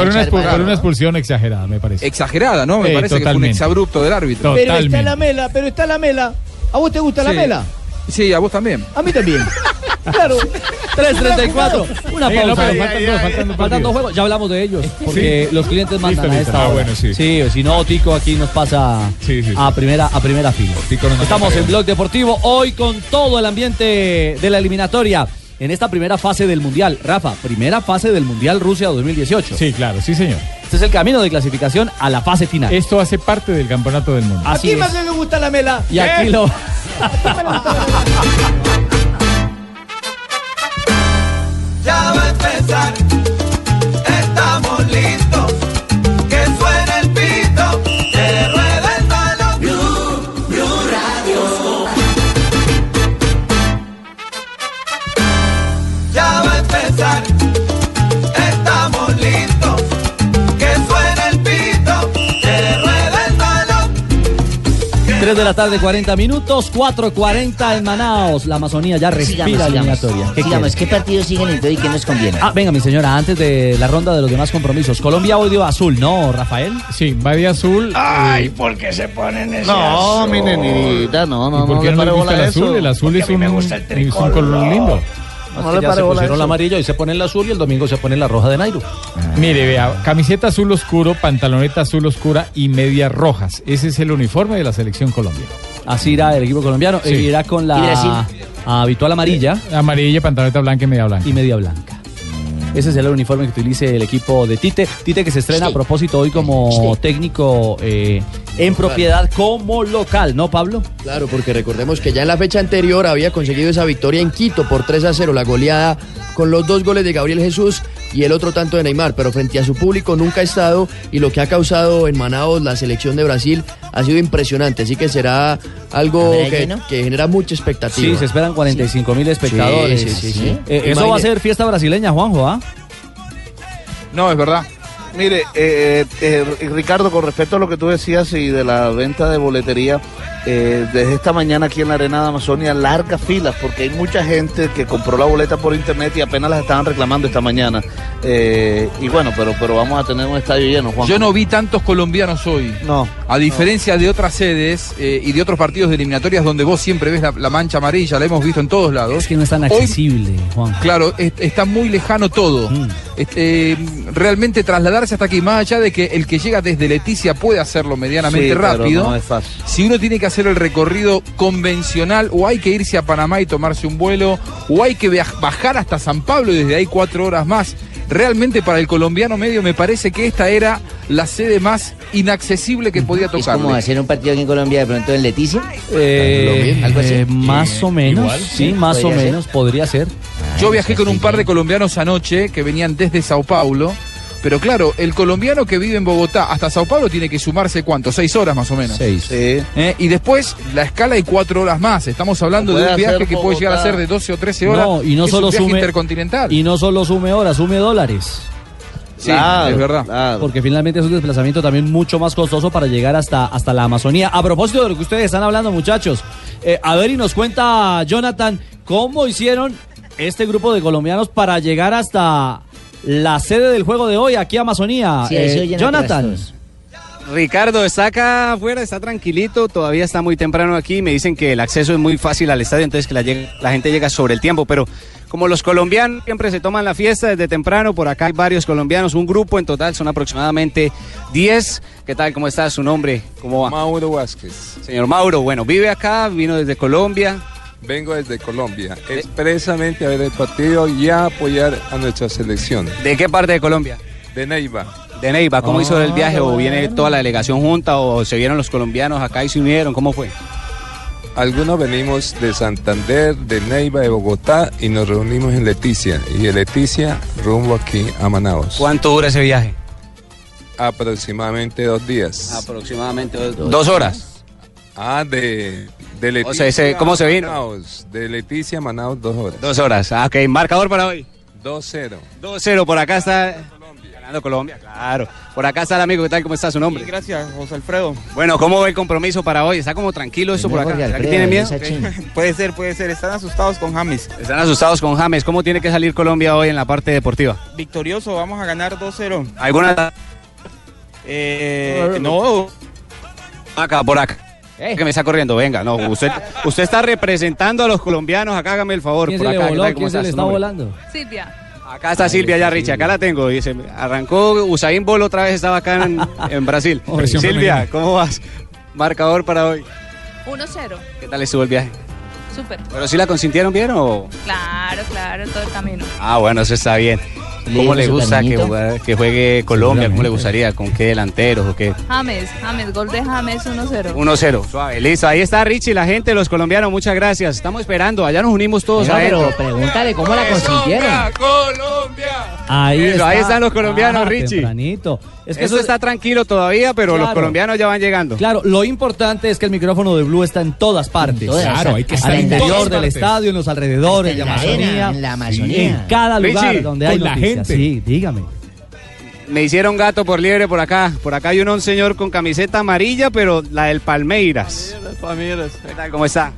una, expu- por una expulsión exagerada, me parece.
Exagerada, ¿no? Me
Eh,
parece que fue un
totalmente.
exabrupto del árbitro.
Pero está la mela, pero está la mela. ¿A vos te gusta la
*laughs*
Sí.
mela?
Sí, a vos también.
A mí también. Claro.
3.34, una
Venga,
pausa. faltan,
no, pero
dos, faltan, dos
partidos.
juegos, ya hablamos de ellos, porque los clientes mandan
Listo,
a
listo.
esta
Ah,
hora.
bueno, sí.
o si no, Tico aquí nos pasa a primera a primera fila. Estamos en Blog Deportivo, hoy con todo el ambiente de la eliminatoria. En esta primera fase del Mundial, Rafa, primera fase del Mundial Rusia 2018.
Sí, claro, sí, señor.
Este es el camino de clasificación a la fase final.
Esto hace parte del campeonato del mundo.
¿A quién más le gusta la mela? Eh.
Y aquí lo.
Ya va a empezar, estamos listos, que suene el pito, que rueda el balón. Blue, Blue Radio. Ya va a empezar, estamos listos, que suene el pito, que rueda el balón.
3 de la tarde, 40 minutos, 4.40 en Manaos. La Amazonía ya respira
Sigamos, sigamos.
eliminatoria.
Sigamos,
¿qué partidos siguen entonces y qué nos conviene? Ah, venga, mi señora, antes de la ronda de los demás compromisos. Colombia hoy dio azul, ¿no, Rafael?
Sí, va de azul. eh,
Ay,
¿Por qué se ponen ese
No, mi nenita, no, no, no le pare bola a eso.
es un, es un color lindo.
No,
No
es
le
que ya
pare
se
bola a
pusieron
eso.
la amarilla y se ponen la azul y el domingo se ponen la roja de Nairo.
Ah. Mire, vea, camiseta azul oscuro, pantaloneta azul oscura y medias rojas. Ese es el uniforme de la selección Colombia.
Así irá el equipo colombiano.
Sí.
Y irá con
¿Y Brasil?
la habitual amarilla.
Amarilla, pantaloneta blanca y media blanca.
Y media blanca. Ese será el uniforme que utilice el equipo de Tite. Tite que se estrena a propósito hoy como técnico eh, en propiedad como local, ¿no, Pablo?
Claro, porque recordemos que ya en la fecha anterior había conseguido esa victoria en Quito por 3 a 0, la goleada con los dos goles de Gabriel Jesús y el otro tanto de Neymar, pero frente a su público nunca ha estado y lo que ha causado en Manaos la selección de Brasil ha sido impresionante, así que será algo
¿Habrá
que,
lleno?
que genera mucha expectativa.
Sí, se esperan 45 mil espectadores.
Sí, sí, sí, sí.
Eh, eso va a ser fiesta brasileña, Juanjo, ¿ah?
No, es verdad.
Mire, eh, eh, eh, Ricardo, con respecto a lo que tú decías y de la venta de boletería, eh, desde esta mañana aquí en la Arena de Amazonia, largas filas, porque hay mucha gente que compró la boleta por internet y apenas las estaban reclamando esta mañana. Eh, y bueno, pero, pero vamos a tener un estadio lleno, Juan.
Yo no vi tantos colombianos hoy.
No.
A diferencia de otras sedes eh, y de otros partidos de eliminatorias donde vos siempre ves la, la mancha amarilla, la hemos visto en todos lados.
Es que no es tan accesible, Juan.
Claro, es- está muy lejano todo. Este, eh, realmente trasladarse hasta aquí, más allá de que el que llega desde Leticia puede hacerlo medianamente
Sí, pero
rápido.
no es fácil.
Si uno tiene que hacer el recorrido convencional, o hay que irse a Panamá y tomarse un vuelo, o hay que viaj- bajar hasta San Pablo y desde ahí cuatro horas más. Realmente para el colombiano medio me parece que esta era la sede más inaccesible que podía
Es
tocar.
como hacer un partido aquí en Colombia de pronto en Leticia.
Eh, algo así. más o menos, sí, más o
podría
menos, podría ser. Ah,
Yo viajé con un par de colombianos anoche que venían desde Sao Paulo. Pero claro, el colombiano que vive en Bogotá hasta Sao Paulo tiene que sumarse cuánto, seis horas más o menos.
Seis.
Eh, y después la escala hay cuatro horas más. Estamos hablando de
Puede
un
hacer
viaje que puede llegar a
Bogotá.
ser de 12 o 13 horas.
No, y no
Es
solo
un viaje
sume-
intercontinental.
Y no solo sume horas, sume dólares.
Sí, Claro, es verdad.
Porque finalmente es un desplazamiento también mucho más costoso para llegar hasta, hasta la Amazonía. A propósito de lo que ustedes están hablando, muchachos, eh, a ver y nos cuenta Jonathan cómo hicieron este grupo de colombianos para llegar hasta la sede del juego de hoy aquí a Amazonía.
Sí, ahí se
Eh,
oyen
Jonathan.
atrás
Ricardo, está acá afuera, está tranquilito, todavía está muy temprano aquí. Me dicen que el acceso es muy fácil al estadio, entonces que la, lleg- la gente llega sobre el tiempo. Pero como los colombianos siempre se toman la fiesta desde temprano, por acá hay varios colombianos, un grupo en total, son aproximadamente 10. ¿Qué tal? ¿Cómo está su nombre? ¿Cómo va?
Mauro Vázquez.
Señor Mauro, bueno, vive acá, vino desde Colombia.
Vengo desde Colombia, expresamente a ver el partido y a apoyar a nuestra selección.
¿De qué parte de Colombia?
eh, De Neiva.
De Neiva, ¿cómo
Ah,
hizo el viaje? ¿O viene toda la delegación junta? ¿O se vieron los colombianos acá y se unieron? ¿Cómo fue?
Algunos venimos de Santander, de Neiva, de Bogotá y nos reunimos en Leticia. Y de Leticia rumbo aquí a Manaus.
¿Cuánto dura ese viaje?
Aproximadamente dos días.
Aproximadamente dos, dos horas.
Ah, de, de Leticia.
O sea, ese- ¿cómo se vino?
a Manaus. De Leticia a Manaus dos horas.
Dos horas. Ah, ok, marcador para hoy.
2-0.
2-0, por acá está ganando Colombia, claro. Por acá está el amigo, ¿qué tal? ¿Cómo está su nombre?
Gracias, José Alfredo.
Bueno, ¿cómo ve el compromiso para hoy? ¿Está como tranquilo esto por acá? ¿Será que tiene miedo?
*laughs* puede ser, puede ser. Están asustados con James.
Están asustados con James. ¿Cómo tiene que salir Colombia hoy en la parte deportiva?
Victorioso, vamos a ganar 2-0.
¿Alguna
Eh, no.
acá por acá?
Eh.
Que me está corriendo, venga, no, usted, usted está representando a los colombianos, acá hágame el favor.
¿Quién
por
se le
acá, ¿qué
voló?
tal? ¿Cómo
¿Quién se
está
le
su
está
nombre?
volando?
Silvia.
Acá está Silvia ya, Richie, acá la tengo. Dice, arrancó Usain Bolt otra vez, estaba acá en, en Brasil.
Presión
Silvia,
femenina.
¿cómo vas? Marcador para hoy.
1-0.
¿Qué tal estuvo el viaje?
Súper.
¿Pero sí la consintieron bien o...?
Claro, claro, todo el camino.
Ah, bueno, eso está bien. ¿Cómo
dijo
le
su
gusta que,
cariñito?
jugar- que juegue Colombia? ¿Cómo le gustaría? ¿Con qué delanteros o qué?
James, James, gol de James 1-0.
1-0. Suave, listo. Ahí está Richie, la gente, los colombianos. Muchas gracias. Estamos esperando. Allá nos unimos todos.
Venga, pero
adentro.
pregúntale cómo la consiguieron.
Ahí,
Eso, ahí
está.
están los colombianos,
Ah,
Richie.
tempranito. Es que
Eso
eso-
está tranquilo todavía, pero los
Claro.
colombianos ya van llegando.
Claro, lo importante es que el micrófono de Blue está en todas partes.
todas, Claro, o sea, hay que estar
al
en
interior
todas
del
partes.
estadio, en los alrededores,
Hasta en
en la
la arena,
Amazonía,
en la Amazonía.
en cada lugar
Richie,
donde
con
hay
la
noticias.
gente.
Sí, dígame.
Me hicieron gato por liebre por acá. Por acá hay un, un señor con camiseta amarilla, pero la del Palmeiras.
Palmeiras. É
¿Cómo está?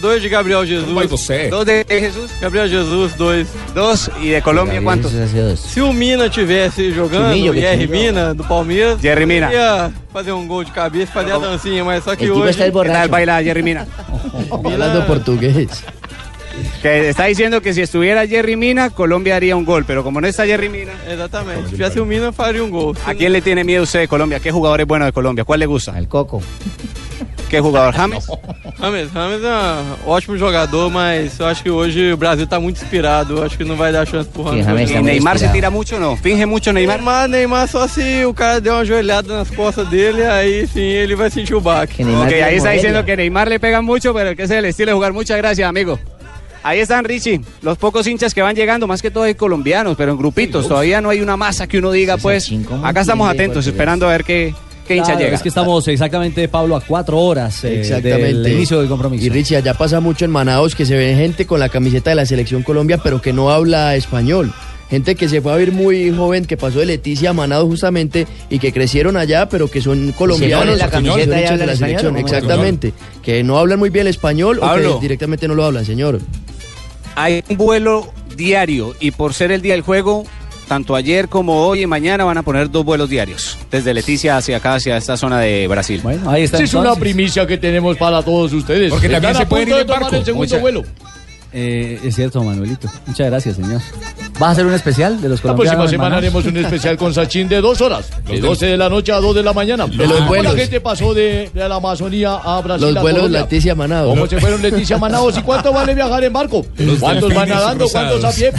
dois de Gabriel Jesus.
Vai você. Dois de Jesus?
Gabriel Jesus, dois.
Dois. E de
É
Colômbia, quantos?
Se o Mina tivesse jogando,
Juninho,
o Jerry
Vitinho.
Mina, do Palmeiras.
Jerry Mina.
Ia fazer um gol de cabeça, fazer a dancinha, mas só que
El tipo
hoje.
está el borracho.
Jerry Mina?
Hablando portugués.
Que está diciendo que si estuviera Jerry Mina, Colombia haría un gol, pero como no está Jerry Mina.
*laughs* Exatamente. Se tivesse o Mina, faria um gol.
¿A quién le tiene miedo usted de Colombia? ¿Qué jugador es bueno de Colombia? ¿Cuál le gusta? El Coco. ¿Qué jugador? ¿James?
Rames, Rames é um ótimo jogador, mas eu acho que hoje o Brasil tá muito inspirado. Eu acho que não vai dar chance pro Rames. tá
¿Y Neymar se tira mucho o no? ¿Finge mucho Neymar?
Neymar, Neymar, só se o cara der uma joelhada nas costas dele, aí sim ele vai sentir o baque.
Ok, ahí está diciendo que Neymar le pega mucho, pero el que es el estilo de jugar. Muchas gracias, amigo. Ahí están, Richie. Los pocos hinchas que van llegando, más que todo hay colombianos, pero en grupitos. Todavía no hay una masa que uno diga, pues. Acá estamos atentos,
entiende portugués?
esperando a ver qué, qué hincha
Claro,
llega.
Es que estamos exactamente, Pablo, a cuatro horas eh, del inicio del compromiso.
Y Richie, allá pasa mucho en Manaos que se ve gente con la camiseta de la selección Colombia, pero que no habla español. Gente que se fue a ver muy joven, que pasó de Leticia a Manaos justamente y que crecieron allá, pero que son colombianos.
ponen la
que son
camiseta y
hinchas de
hablan
la
español,
selección.
¿no?
Exactamente. Que no hablan muy bien el español o
Pablo.
que directamente no lo hablan, señor.
Hay un vuelo diario y por ser el día del juego, Tanto ayer como hoy y mañana van a poner dos vuelos diarios. Desde Leticia hacia acá, hacia esta zona de Brasil. Bueno,
ahí está Esa es una entonces. primicia que tenemos para todos ustedes.
Porque
Están
también
a
se pueden
punto
ir en
de tomar
barco.
el segundo
Mucha-
vuelo.
Eh, es cierto, Manuelito. Muchas gracias, señor. ¿Vas a hacer un especial de los
La
colombianos?
próxima semana
hermanos?
haremos
*laughs*
un especial con Sachin de dos horas, de
del-
12 de la noche a 2 de la mañana.
De los
¿Cómo
vuelos.
la gente pasó de, de la Amazonía a Brasil?
Los
a
vuelos
Colombia?
Leticia Manado.
¿Cómo se fueron Leticia Manaos?
*laughs*
¿Y *laughs* cuánto vale viajar en barco?
Los
¿Cuántos van
delfines
nadando? ¿Cuántos a
rosados.
pie?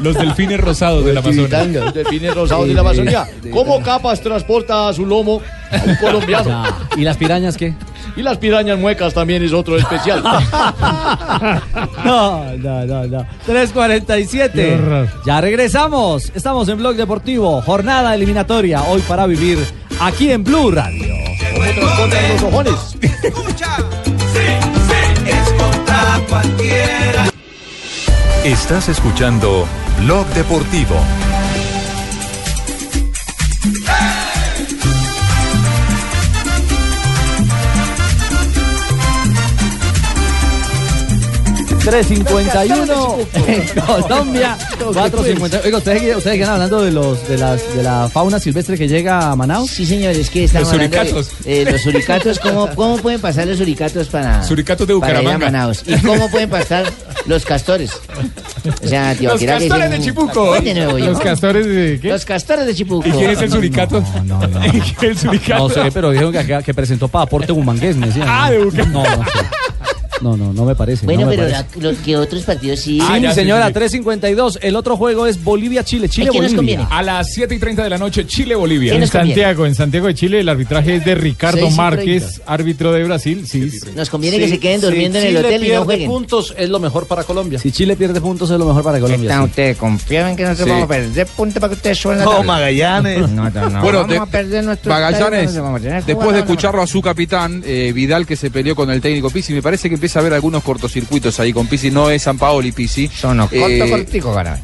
Los delfines rosados de la Amazonia.
*laughs*
Los delfines rosados de la Amazonía. ¿Cómo Capas transporta a su lomo a un colombiano?
¿Y las pirañas qué?
Y las pirañas muecas también es otro especial.
*laughs* No, no, no, no. 3.47. Ya regresamos. Estamos en Blog Deportivo. Jornada eliminatoria. Hoy para vivir aquí en Blue Radio.
los
ojones?
Escucha. Sí, sí, es contra cualquiera.
Estás escuchando Blog Deportivo.
*laughs* en Colombia. 4.50. Oiga, ¿ustedes, ustedes quedan hablando de, los, de, las, de la fauna silvestre que llega a Manaus?
Sí, señores, que estamos
Los
hablando de-
suricatos.
de los suricatos,
*laughs*
*laughs*
¿cómo, ¿cómo pueden pasar los suricatos para,
Suricatos de
para ir a
Bucaramanga.
Manaos? ¿Y cómo pueden pasar los castores? O sea, tío,
Los
que era que
castores
sí,
de
un-
Chipuco.
de nuevo, yo.
Los castores de qué?
Los castores de Chipuco.
¿Y quién es el
suricato?
No, no.
el suricato?
No sé, pero dijeron que, que presentó pasaporte bumangués, me decían. Ah, de No, no sé. No, no, no me parece.
Bueno,
no me
pero
parece.
la- los que otros partidos sí.
Sí, señora, 3.52. El otro juego es Bolivia-Chile. Chile-Bolivia.
A las 7 y 30 de la noche, Chile-Bolivia.
En Santiago, en Santiago de Chile, el arbitraje es de Ricardo
Seis y
Márquez, árbitro de Brasil. Sí.
Nos conviene
Sí,
que se queden
sí,
durmiendo en el
Chile
hotel y no
pierde
jueguen.
puntos es lo mejor para Colombia.
Si Chile pierde puntos es lo mejor para Colombia.
¿Están
Eh,
ustedes confiaban que nosotros
Sí.
vamos a perder puntos para que ustedes suban la
No,
tabla?
Magallanes.
No, no, no.
Bueno,
vamos
de-
a perder nuestro
Magallanes,
estadio, no nos vamos a tener que
después
jugar,
de
no, no.
escucharlo a su capitán, eh, Vidal, que se peleó con el técnico Pizzi, me parece que empieza a haber algunos cortocircuitos ahí con Pizzi, no es San Paoli Pizzi. Eh,
Corto, cortico, cara.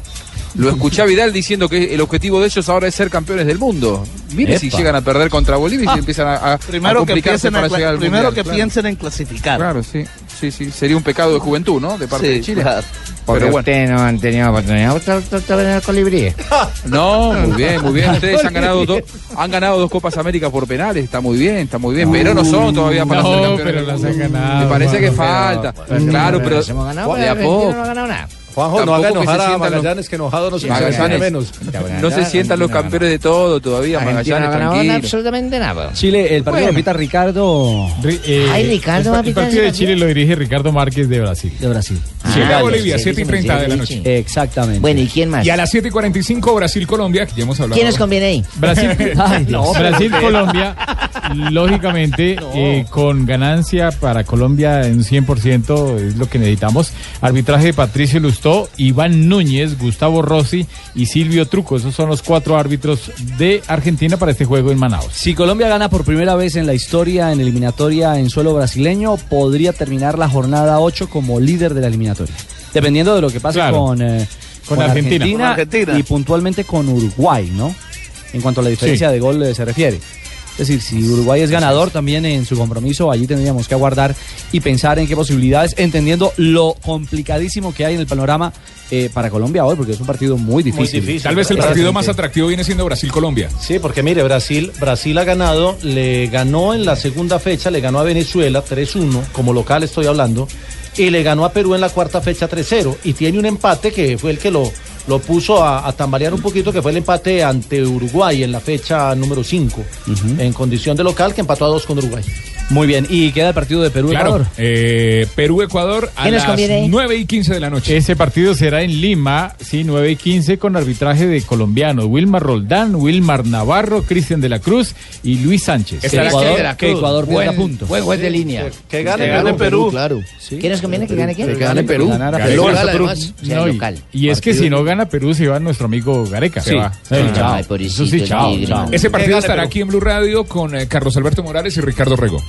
Lo escuché a Vidal diciendo que el objetivo de ellos ahora es ser campeones del mundo. Mire si
Epa.
llegan a perder contra Bolivia y se empiezan a, a- a
Primero que
complicarse
piensen, en,
para
cla-
llegar al
primero
Mundial,
que
claro.
piensen en clasificar.
Claro, sí. Sí, sí, sería un pecado de juventud, ¿no? De parte
Sí,
de Chile.
claro.
Porque
Pero bueno.
ustedes no han tenido oportunidad. ¿Ustedes ustedes- ustedes ven el colibrí?
No, muy bien, muy bien. Ustedes han ganado dos, han ganado dos Copas América por penales, está muy bien, está muy bien. Pero no son todavía para
no,
ser campeones.
pero
del
las
mundo.
han ganado,
Me parece que
Juanjo,
falta.
pero- pues,
claro, pero
Hemos ganado, pues,
de a
pero
poco.
no ha ganado nada.
Juanjo, no
Tampoco
haga
que se
enojar a
sientan los-
Magallanes, que enojado nos
Magallanes.
engañe menos.
No se sientan los campeones de todo todavía,
Argentina
Magallanes,
no ganó
tranquilo.
absolutamente nada.
Chile, el partido
Bueno.
lo pita Ricardo.
Ay, Ricardo,
eh, el,
va a
pa- el
pitar
partido
ese
de Chile lo dirige Ricardo Márquez de Brasil.
De Brasil.
Llega
Ah,
a Bolivia,
sí,
7 y
sí,
30
sí,
de la
sí,
noche.
Exactamente.
Bueno, ¿y quién más?
Y a las 7 y 45, Brasil-Colombia, que ya hemos hablado. eh,
¿Quién nos conviene ahí?
*laughs*
*laughs* Brasil,
*laughs*
Ay, Dios.
Brasil, Colombia, lógicamente, eh, con ganancia para Colombia en 100% es lo que necesitamos. Arbitraje de Patricio Lustó, Iván Núñez, Gustavo Rossi y Silvio Truco. Esos son los cuatro árbitros de Argentina para este juego en Manaus.
Si Colombia gana por primera vez en la historia en eliminatoria en suelo brasileño, podría terminar la jornada 8 como líder de la eliminatoria. Dependiendo de lo que pase
Claro.
con, eh,
Con Argentina. Con Argentina.
y puntualmente con Uruguay, ¿no? En cuanto a la diferencia de gol eh, se refiere. Es decir, si Uruguay es ganador también en su compromiso, allí tendríamos que aguardar y pensar en qué posibilidades, entendiendo lo complicadísimo que hay en el panorama eh, para Colombia hoy, porque es un partido muy difícil.
Tal vez el partido más atractivo viene siendo Brasil-Colombia.
Sí, porque mire, Brasil, Brasil ha ganado, le ganó en la segunda fecha, le ganó a Venezuela 3-1, como local estoy hablando, y le ganó a Perú en la cuarta fecha 3-0, y tiene un empate que fue el que lo, lo puso a, a tambalear un poquito, que fue el empate ante Uruguay en la fecha número 5, en condición de local, que empató a 2 con Uruguay.
Muy bien, y queda el partido de
Claro,
Perú-Ecuador.
eh, Perú-Ecuador a
¿Quién nos
las
conviene?
9 y 15 de la noche.
Ese partido será en Lima, sí, 9 y 15, con arbitraje de colombianos. Wilmar Roldán, Wilmar Navarro, Cristian de la Cruz y Luis Sánchez.
Estará Ecuador- Cristian de la que Cruz. Ecuador pierda Buen- puntos.
buen
juez de línea.
Que
gane
Que gane Perú, Perú.
claro.
¿Quién nos conviene que gane quién?
Ganar a
El
Perú.
local,
Perú.
además. O sea,
No,
el
y-
local.
Y, es que si no gana Perú, se va nuestro amigo Gareca.
Sí.
Se va.
Eh,
Ay, chao.
Sí, chao. Eso sí,
Pobrecito el
chao,
tigre.
chao.
Ese partido estará aquí en Blue Radio con eh, Carlos Alberto Morales y Ricardo Rego.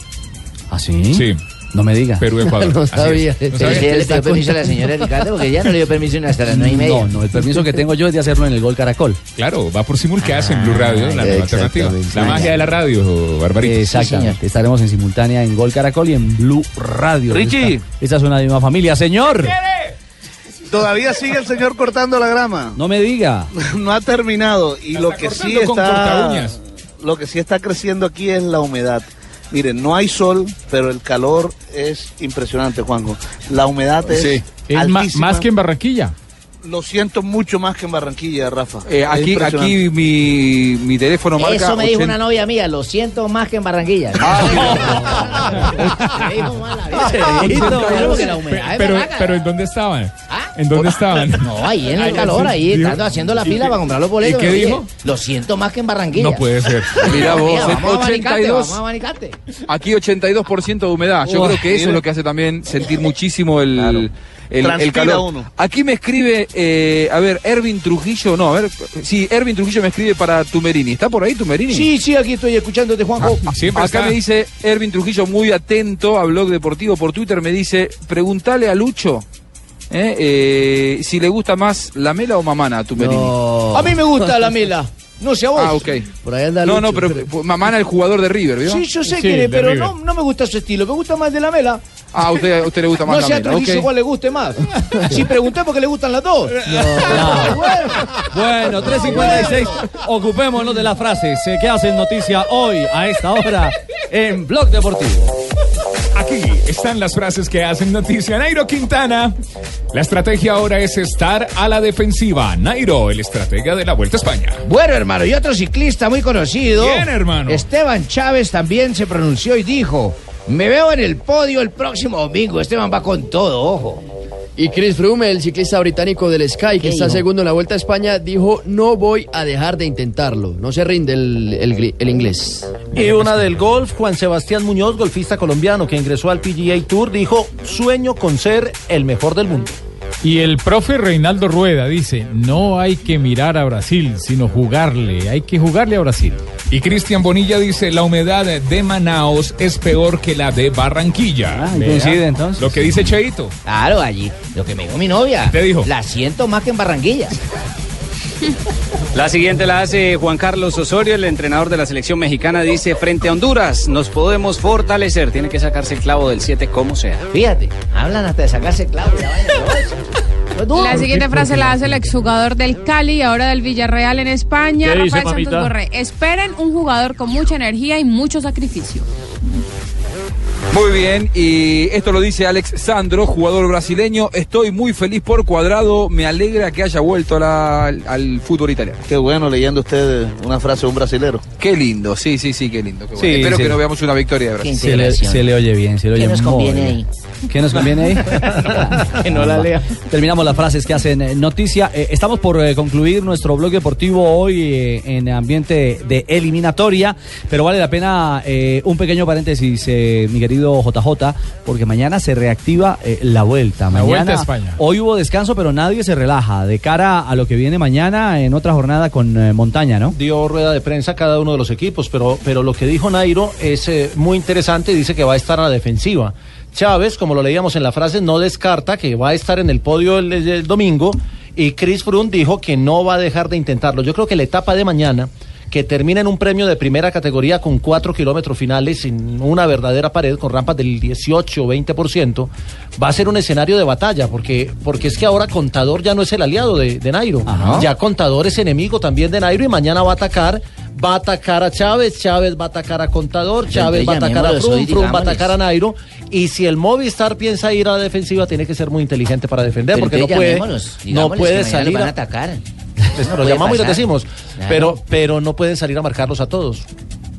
¿Ah, sí?
Sí.
No me diga.
Perú-Ecuador.
No
Así es.
sabía.
¿No
Pero
sabía?
usted ya le pidió permiso a la señora Ricardo porque ya no le dio permiso
*laughs*
hasta las nueve y media.
No, no, el permiso que tengo yo es de hacerlo en el Gol Caracol.
Claro, va por simulcast en Ah, Blue Radio,
Ah,
la nueva alternativa. La magia de la radio, Barbarito.
Eh, Exactamente. Estaremos en simultánea en Gol Caracol y en Blue Radio.
Richie.
Esta, esta es una misma familia, señor.
Todavía sigue el señor cortando la grama.
No
*laughs*
me diga.
No ha terminado. Y lo que sí
cortando con
está.
cortaúñas.
Lo que sí está creciendo aquí es la humedad. Miren, no hay sol, pero el calor es impresionante, Juanjo. La humedad es.
Sí. Es ma-
altísima.
más que en Barranquilla.
Lo siento mucho más que en Barranquilla, Rafa.
Eh,
Es
aquí
impresionante.
aquí mi, mi teléfono marca.
Eso me dijo
80.
una novia mía, lo siento más que en Barranquilla. Me dijo mala vida. Claro que la humedad es
pero,
berraca.
pero ¿en dónde estaban? ¿En dónde estaban?
*laughs* No, ahí en el calor, ahí, estando haciendo la fila para comprar los boletos.
¿Y qué
me dije,
dijo?
Lo siento más que en Barranquilla.
No puede ser.
Mirá vos,
*laughs* Mira, vamos a abanicarte,
82.
vamos a abanicarte.
Aquí 82% de humedad. Yo
Uah,
creo que eso
mira.
es lo que hace también sentir muchísimo el, el- el
Transpira
calor.
uno.
Aquí me escribe, eh, a ver, Ervin Trujillo, no, a ver, sí, Ervin Trujillo me escribe para Tumerini. ¿Está por ahí Tumerini?
Sí, sí, aquí estoy escuchándote, Juanjo.
Ah,
Acá
pues
me dice Ervin Trujillo, muy atento a Blog Deportivo por Twitter, me dice, pregúntale a Lucho eh, eh, si le gusta más la mela o mamana a Tumerini. Oh.
A mí me gusta
*laughs*
la mela. No sé a vos.
Ah, ok.
Por ahí
no, no, pero, pues, mamana el jugador de River, ¿vio?
Sí, yo sé quién es, pero no, no me gusta su estilo. Me gusta más de la mela.
Ah, a usted, a usted le gusta más
no
la
sea
mela,
Trujillo
ok.
cuál le guste más. Si pregunté porque le gustan las dos. *laughs*
Bueno, 356. Ocupémonos de las frases eh, que hacen noticia hoy a esta hora en Blog Deportivo.
Aquí están las frases que hacen noticia. Nairo Quintana. La estrategia ahora es estar a la defensiva. Nairo, el estratega de la Vuelta a España.
Bueno, hermano, y otro ciclista muy conocido.
Bien, hermano.
Esteban Chávez también se pronunció y dijo: Me veo en el podio el próximo domingo. Esteban va con todo, ojo.
Y Chris Froome, el ciclista británico del Sky, que está
dijo?
segundo en la Vuelta a España, dijo, no voy a dejar de intentarlo. No se rinde el, el gri- el inglés.
Y una del golf, Juan Sebastián Muñoz, golfista colombiano que ingresó al PGA Tour, dijo, sueño con ser el mejor del mundo.
Y el profe Reinaldo Rueda dice, no hay que mirar a Brasil, sino jugarle, hay que jugarle a Brasil.
Y Cristian Bonilla dice, la humedad de Manaos es peor que la de Barranquilla. Vea.
coincide, entonces.
Lo que dice Cheito.
Claro, allí. Lo que me dijo mi novia.
¿Qué te dijo?
La siento más que en Barranquilla.
La siguiente la hace Juan Carlos Osorio, el entrenador de la selección mexicana, dice, frente a Honduras nos podemos fortalecer, tiene que sacarse el clavo del 7 como sea.
Fíjate, hablan hasta de sacarse clavo. y la vaina.
La siguiente frase la hace el exjugador del Cali y ahora del Villarreal en España,
¿Qué
Rafael
dice, mamita?
Santos Borré. Esperen un jugador con mucha energía y mucho sacrificio.
Muy bien, y esto lo dice Alex Sandro, jugador brasileño. Estoy muy feliz por cuadrado, me alegra que haya vuelto a la- al, al fútbol italiano.
Qué bueno leyendo usted una frase de un brasilero.
Qué lindo, sí, sí, sí, qué lindo. qué bueno.
Sí,
Espero
sí.
que no veamos una victoria de Brasil.
Qué Se le- integración. se le
oye bien, se le
¿Qué oye nos muy conviene
bien. ¿Qué nos conviene ahí? que no la lea. Terminamos las frases que hacen eh, noticia. Eh, estamos por eh, concluir nuestro blog deportivo hoy eh, en ambiente de eliminatoria, pero vale la pena eh, un pequeño paréntesis, eh, mi querido JJ, porque mañana se reactiva eh, la vuelta. Mañana,
Vuelta a España.
Hoy hubo descanso, pero nadie se relaja de cara a lo que viene mañana en otra jornada con eh, montaña, ¿no?
Dio rueda de prensa a cada uno de los equipos, pero, pero lo que dijo Nairo es eh, muy interesante, dice que va a estar a la defensiva. Chávez, como lo leíamos en la frase, no descarta que va a estar en el podio el, el domingo y Chris Froome dijo que no va a dejar de intentarlo. Yo creo que la etapa de mañana que termina en un premio de primera categoría con cuatro kilómetros finales sin una verdadera pared, con rampas del 18 o 20%, va a ser un escenario de batalla, porque, porque es que ahora Contador ya no es el aliado de, de Nairo. Ya Contador es enemigo también de Nairo y mañana va a atacar, va a atacar a Chávez, Chávez va a atacar a Contador, Chávez va a atacar a
llamémoslo
Frum,
así,
Frum va a
digámosles.
atacar a Nairo. Y si el Movistar piensa ir a la defensiva, tiene que ser muy inteligente para defender,
Pero
porque no
entonces
puede,
llamémoslos,
no
digámosles que
puede
mañana
salir.
los van a
a-
atacar.
pues,
No
lo
puede
llamamos y lo
pasar.
decimos.
Claro.
Pero, pero no pueden salir a marcarlos a todos.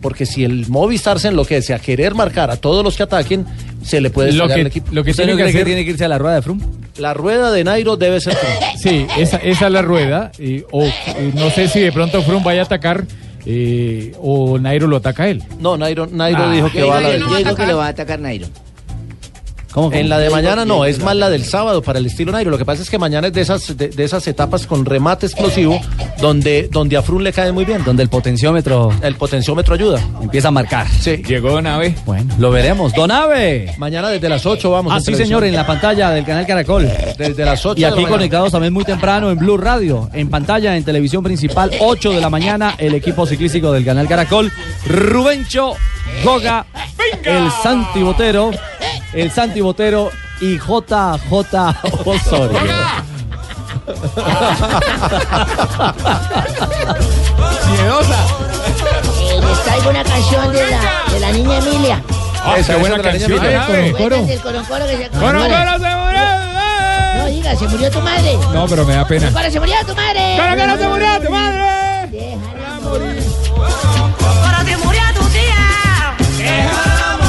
Porque si el Movistar se enloquece a querer marcar a todos los que ataquen, se le puede
Lo
estallar
que-
el equipo.
lo que ¿Usted no tiene que cree que hacer-
tiene que irse a la rueda de Frum?
La rueda de Nairo debe ser Froome.
Sí, esa, esa es la rueda. y- o y no sé si de pronto Froome vaya a atacar eh, o Nairo lo ataca a él.
No, Nairo, Nairo
Ah.
dijo que va a la
Yo
del
digo
Creo que lo va a atacar Nairo.
En la de
Yo digo-
mañana
yo digo
no,
que
es
lo
más
ataca.
la del sábado para el estilo Nairo. Lo que pasa es que mañana es de esas, de, de esas etapas con remate explosivo donde, donde a Froome le cae muy bien.
Donde el potenciómetro.
El potenciómetro ayuda.
Empieza a marcar.
Llegó Don Ave.
Bueno. Lo veremos. Don Ave.
Mañana desde las 8 vamos.
Ah,
en
sí,
televisión.
señor, en la pantalla del canal Caracol.
Desde las 8
Y
de la
aquí
mañana.
conectados también muy temprano en Blue Radio, en pantalla, en televisión principal, 8 de la mañana, el equipo ciclístico del canal Caracol, Rubencho, Goga, el Santi Botero, el Santi Botero y JJ Osorio.
Miedosa. les traigo una canción de la, de la niña Emilia.
Ah, Esa, qué buena esa de la niña canción, Emilia. eh, Coro,
Cuéntense el coroncoro que se
Coro,
conmemora.
coro, se
No diga, se murió tu madre.
No, pero me da pena.
Coro, se murió tu madre.
Coro, coro, se murió tu
madre. Déjala morir.
Ahora te murió tu tía.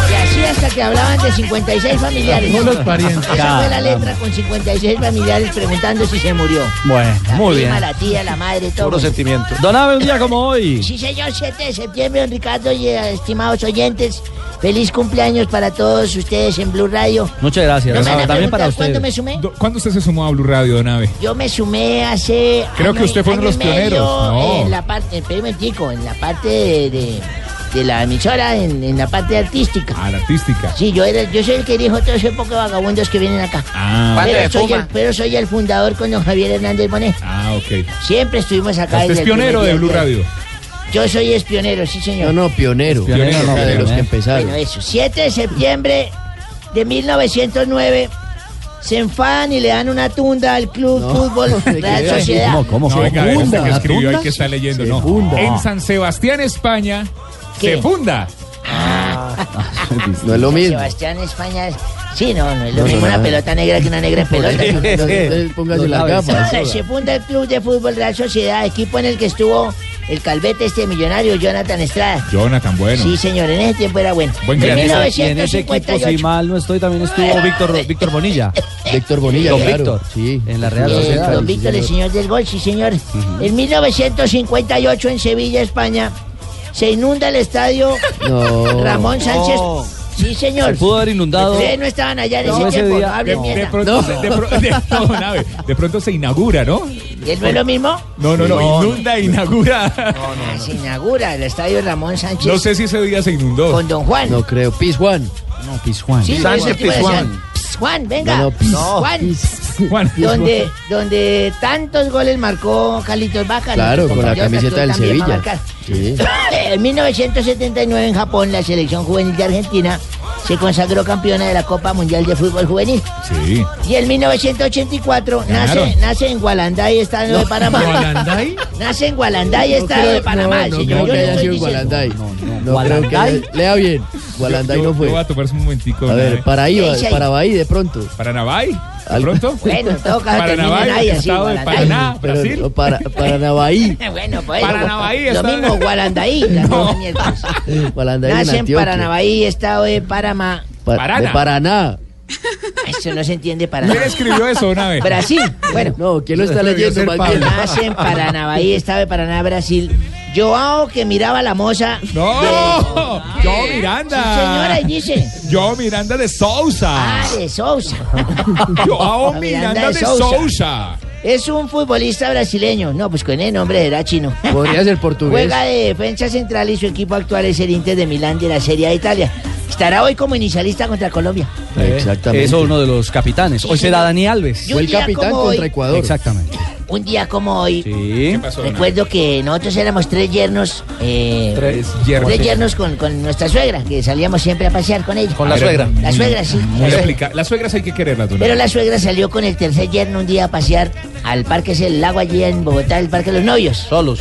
Y así hasta que hablaban de 56 familiares.
Todos los parientes.
Esa fue la
Caramba.
letra con 56 familiares preguntando si se murió.
Bueno,
La
muy
prima,
bien.
la tía, la madre, todo.
Puro sentimiento. Donave un día como hoy.
Sí, señor, 7 de septiembre, don Ricardo y eh, estimados oyentes. Feliz cumpleaños para todos ustedes en Blue Radio.
Muchas gracias.
No me van a
Gonzalo. También para
preguntar
usted.
cuánto me sumé.
Do- ¿Cuándo usted se sumó a Blue Radio, Don Ave?
Yo me sumé hace.
Creo que
año y-
usted fue uno de
año
los
y medio
pioneros. No.
En la parte, espere un momentico, en la parte de, de- de la emisora, en, en la parte artística.
A Ah, la artística.
Sí, yo, era, yo soy el que dijo todos esos pocos vagabundos que vienen acá.
Ah,
pero,
Banda de
soy
Puma.
el, pero soy el fundador con don Javier Hernández Bonet.
Ah, ok.
Siempre estuvimos
Usted
acá.
Este es
desde el primer
pionero
día
de Blue Radio.
Yo soy es pionero, sí
No,
señor.
no, pionero.
Pionero,
O sea, de
pionero,
los
eh.
que empezaron.
Bueno, eso. 7 de septiembre de 1909 se enfadan y le dan una tunda al club *laughs*
*laughs*
fútbol Real Sociedad.
No, venga, a ver, usted que
¿Funda?
escribió ahí
¿Funda?
que está leyendo,
Se
no.
funda.
En San Sebastián, España,
¿Qué?
se funda.
Ah. *laughs*
No es lo mismo.
Sebastián España es- Sí, no, no es lo
No,
mismo
no,
una
no.
pelota negra que una negra
*laughs*
en pelota.
Entonces, Póngase las gafas.
Entonces, se funda el Club de Fútbol Real Sociedad, equipo en el que estuvo el calvete este millonario Jonathan Estrada.
Jonathan, bueno.
Sí, señor,
este
en ese tiempo era bueno.
Buen
en
gran- Y en ese- y en ese equipo,
1958.
si mal no estoy, también estuvo Víctor, Víctor Bonilla.
Víctor Bonilla,
Don
claro.
Víctor. Sí. En la Real
Eh,
Sociedad.
don Víctor, el señor del gol, sí, señor. En 1958, en Sevilla, España, se inunda el estadio
No.
Ramón Sánchez.
No.
Sí, señor.
Se pudo haber inundado.
Ustedes no estaban allá en
No,
ese
ese
tiempo,
día-
no hablen
de-
mierda.
de pronto- *laughs* de- de pro- de- no, Don Ave, de pronto se inaugura, ¿no?
¿Y no es lo mismo?
No, no, no, inunda, inaugura. *laughs*
Ah, Se inaugura el estadio Ramón Sánchez.
No sé si ese día se inundó.
Con Don Juan.
No creo. Piz Juan.
No, Piz Juan.
Sí, los tipos decían, "Pss, Juan, venga.
No, no,
Pss,
no.
Juan.
Juan.
Donde, donde tantos goles marcó Carlitos Vaca.
Claro,
nuestro
con la
compañero
camiseta del
Arturo también va a
Sevilla.
marcar.
Sí.
En 1979 en Japón, la selección juvenil de Argentina se consagró campeona de la Copa Mundial de Fútbol Juvenil.
Sí.
Y en 1984 nace,
Ganaron.
nace en Gualanday, estado de Panamá.
¿Gualanday?
Nace en Gualanday, estado de Panamá,
no,
señor.
creo
Yo
que
le
haya
estoy
sido
diciendo.
Gualanday. No creo que
Gualanday.
haya- Lea bien. Gualanday
Yo-
no
Yo voy
fue.
a tomarse un momentico.
A
Don
ver,
Ave.
para ahí, va-
Sí, sí.
para Bahí de pronto.
¿Para Navay? ¿De pronto?
Bueno, en todo caso,
Para
termina
Navay,
en ahí, así,
estado de
Gualanday.
Paraná,
Pero-
Brasil.
o para, para Navaí.
*laughs* Bueno, pues.
Paranavaí
Lo
está-
mismo, Gualandaí. la misma mierda.
*laughs* Gualanday en
Nace en
Antioquia.
Paranavaí, estado de Panamá.
Pa- De Paraná.
Eso no se entiende Paraná.
¿Quién escribió eso, una vez? *laughs*
Brasil. Bueno.
No, ¿quién lo está leyendo? más bien?
Nace en Paranavaí, estado de Paraná, Brasil. Joao que miraba la moza.
¡No! ¡Yo Miranda!
Sí, señora, y dice.
Yo Miranda de Sousa.
Ah, de Sousa.
Yo
Miranda
Miranda
de
de
Sousa.
Sousa.
Es un futbolista brasileño. No, pues con el nombre era chino.
Podría
*laughs*
ser portugués.
Juega de defensa central y su equipo actual es el Inter de Milán de la Serie A de Italia. Estará hoy como inicialista contra Colombia.
Exactamente.
Eh, Eso uno de los capitanes. Hoy será Dani Alves.
Y un Fue el día capitán como hoy. contra Ecuador.
Exactamente.
Un día como hoy.
Sí.
Recuerdo que nosotros éramos tres yernos. eh,
Tres
tres
yernos.
yernos con, con nuestra suegra, que salíamos siempre a pasear con ella.
Con la suegra.
Ah, La suegra, sí.
Muy aplica- Las suegras hay que quererlas, don Ave.
Pero la suegra salió con el tercer yerno un día a pasear al parque, es el lago allí en Bogotá, el parque de los novios.
Solos.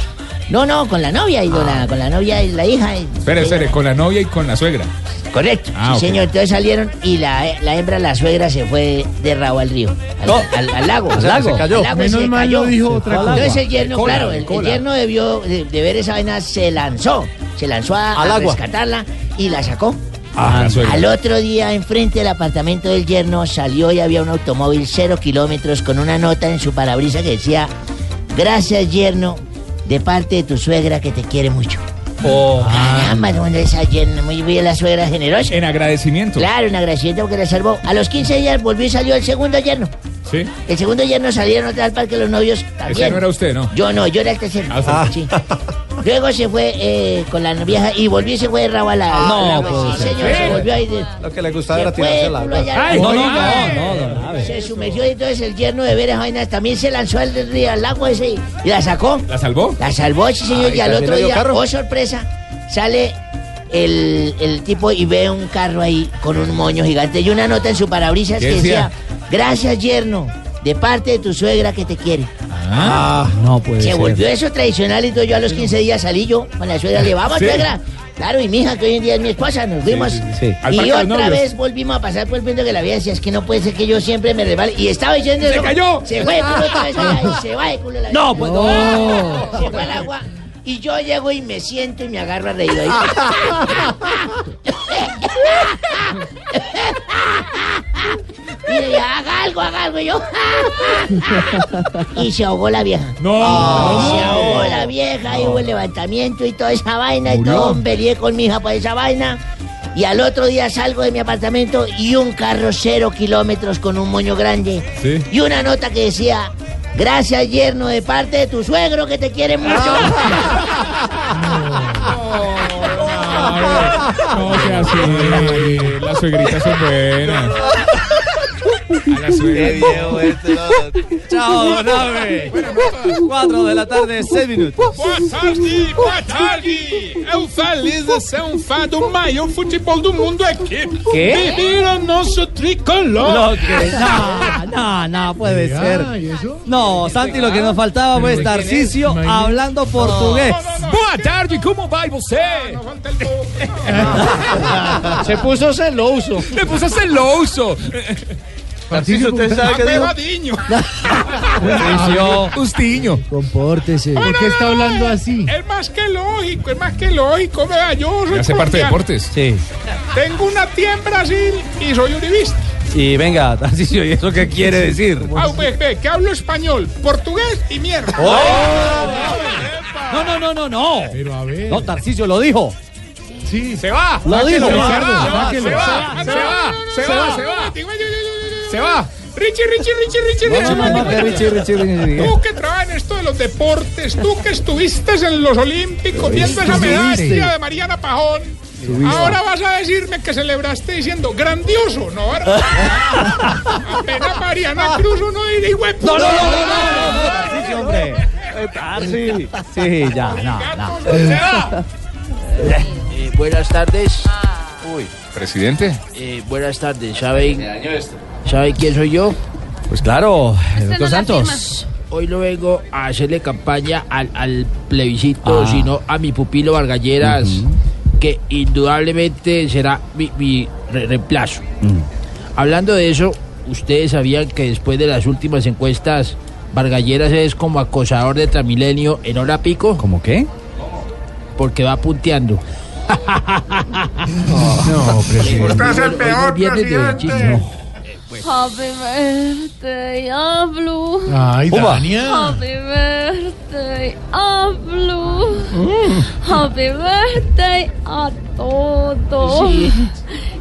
No, no, con la novia y con,
Ah.
la, con la novia y la hija. y-
Espere, espere, con la novia y con la suegra.
Correcto.
Ah,
sí,
ok.
señor. Entonces salieron y la, la hembra, la suegra, se fue de rabo al río. Al, al- al lago.
O sea, se cayó.
Al lago
Menos
se
mal
cayó.
no dijo otra cosa.
Entonces el yerno,
Cola,
claro, el, el
cola.
yerno debió de, de ver esa vaina, se lanzó. Se lanzó a,
Al
a
agua.
rescatarla y la sacó.
Ah, la suegra.
Al otro día, enfrente del apartamento del yerno, salió y había un automóvil cero kilómetros con una nota en su parabrisa que decía: Gracias, yerno, de parte de tu suegra que te quiere mucho. Caramba, no, esa yerna, muy bien la suegra generosa.
Oh. En agradecimiento.
Claro, un agradecimiento porque la salvó. A los 15 días volvió y salió el segundo yerno.
Sí.
El segundo yerno salieron otra vez para que los novios también.
Ese no era usted, ¿no?
Yo no, yo era el tercero.
Ah, sí.
Sí. Luego se fue eh, con la vieja y volvió y se fue de rabo a la...
Ah,
a la-
no, pues,
sí, señor,
¿eh?
se volvió ahí de...
Lo que le gustaba era
Se fue,
tirarse al
culo
agua.
allá. Ay,
no, no,
oiga.
no, no, no.
Se sumergió y entonces el yerno de ver esas vainas también se lanzó al río, al agua ese y, y la sacó.
¿La salvó?
La salvó, sí, señor,
Ay,
y al
¿también
otro
le dio
día,
carro?
oh sorpresa, sale el, el tipo y ve un carro ahí con un moño gigante y una nota en su parabrisas
¿Qué
que decía,
decía?
gracias yerno, de parte de tu suegra que te quiere.
Ah, no puede
Se
ser.
volvió eso tradicional, entonces yo a los 15 días salí yo con la suegra, le vamos,
Sí.
suegra. Claro, y mi hija, que hoy en día es mi esposa, nos fuimos.
sí, sí. Al
Y
parque de los
otra
novios.
vez volvimos a pasar por el punto que la vida decía, es que no puede ser que yo siempre me rebale. Y estaba diciendo
¡Se
eso.
cayó!
Se fue de culo otra vez, mira, y se va de culo la
No,
vieja.
pues, no.
*laughs* Se fue al agua. Y yo llego y me siento y me agarro a reír. Ahí. *laughs* Y le dije, haga algo, haga algo. Y yo, *laughs* y se ahogó la vieja.
No.
Ay, Se
No.
ahogó la vieja, y hubo el levantamiento y toda esa vaina. Y
Murió.
todo peleé con mi hija por esa vaina. Y al otro día salgo de mi apartamento y un carro cero kilómetros con un moño grande.
Sí.
Y una nota que decía, gracias yerno de parte de tu suegro que te quiere mucho.
Ah.
No
Ah,
sea así. Las suegritas son
*laughs*
buenas. A la suegra.
Chao, don Abe. 4 de la tarde, 6 minutos.
Boa tarde, boa tarde! É o Valesa Sanfá um do maior futebol do mundo aqui.
Quê?
Beberam nosso tricolor. Ah,
Lo que- no, no, no puede ser. No, Santi, lo que nos faltaba fue Tarcicio hablando portugués.
Boa tarde, ¿cómo va
Ah,
usted?
Se puso celoso.
Me puse celoso.
Tarcisio, ¿usted sabe qué dijo?
Aperradinho.
Justiño. Compórtese. ¿Por qué está hablando así?
Es más que lógico, es más que lógico. Vea, yo soy
Hace parte de
colombiano.
deportes.
Sí.
Tengo una tía en Brasil y soy uribista.
Y venga, Tarcicio, ¿y eso qué quiere decir?
Ah, ve, ve, que hablo español, portugués y mierda.
¡Oh! No, no, no, no, no. Pero a ver. No, Tarcicio lo dijo.
Sí, se va.
Lo
Sáquelo,
dijo.
Ricardo,
Se
sáquelo.
va,
Se va, se va, se va.
Se va.
Richie, Richie, Richie, Richie,
No,
Richie,
no, no, que Richie, Richie, Richie.
Tú que trabajas en esto de los deportes, tú que estuviste en los Olímpicos viendo esa medalla de Mariana Pajón.
Subiste.
Ahora vas a decirme que celebraste diciendo grandioso,
*laughs*
¿no? Apenas Mariana Cruz uno diría, "Hue puta".
No, no, no, no, no, no, Tarcicio, hombre.
Eh,
Tarci. Sí, ya, no, no.
Eh, buenas tardes. Uy.
¿Presidente?
Eh, buenas tardes. ¿Saben,
esto.
¿Saben quién soy yo?
Pues claro,
Doctor
Doctor Santos.
Santos. Hoy no vengo a hacerle campaña al, al plebiscito,
Ah.
sino a mi pupilo Vargalleras, que indudablemente será mi, mi re- reemplazo. Hablando de eso, ustedes sabían que después de las últimas encuestas, Vargalleras es como acosador de Transmilenio en hora pico.
¿Cómo qué?
Porque va punteando. *laughs*
No, presidente. Usted es el
Hoy- hoy
peor
viernes de
presidente.
chisme.
Happy birthday, Ablu.
Ay, Uva. Dania.
Happy birthday, Ablu. Mm. Happy birthday a todos.
Sí.
*laughs*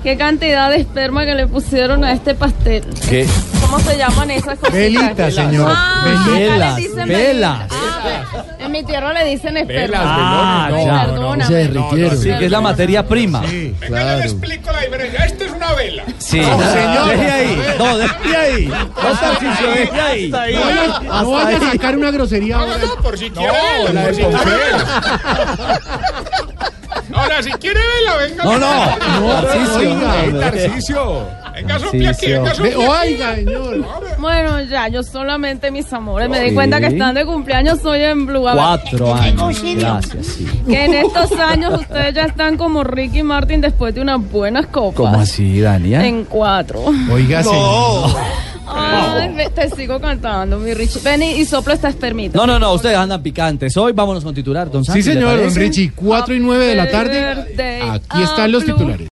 Qué cantidad de esperma que le pusieron a este pastel.
¿Qué?
¿Cómo se llaman esas cositas?
Velita, señor.
Ah, acá
Velas,
le dicen
velas.
velitas. Ah, en mi tierra le dicen esperma.
Ah,
Ay,
ya.
perdóname.
Sí, que es la materia prima. Sí,
claro. explico la diferencia. Esta es una vela.
Sí.
No, señor.
Deje ahí. No, deje ahí. No, Tarcicio, deje eh. ahí.
No vaya- No vaya a sacar una grosería
No,
ahora.
no, por si quiere
No,
vela,
la
por
de
si quiere vela. Ahora, si quiere vela, venga.
No, no.
No,
Tarcisio.
oiga.
Ey,
Tarcisio. Venga, sople aquí,
Tarcisio.
venga, sople
Ve-
aquí.
oiga, señor.
Bueno, ya, yo solamente mis amores. Me di Sí. cuenta que están de cumpleaños hoy en Blue.
Cuatro
Este
años.
Concilio.
Gracias, sí.
Que en estos años ustedes ya están como Ricky Martin después de unas buenas copas.
¿Cómo así, eh? Dania?
En cuatro.
Oiga,
No.
señor.
Ay, ve- te sigo cantando, mi Richie. Ven y, y soplo esta espermita.
No, no, no, ustedes andan picantes. Hoy vámonos con titular, don
Sí,
Santos. ¿le
señor, don
parece?
Richie. 4 y 9 de la tarde.
Birthday,
Aquí están los
Ablu.
titulares.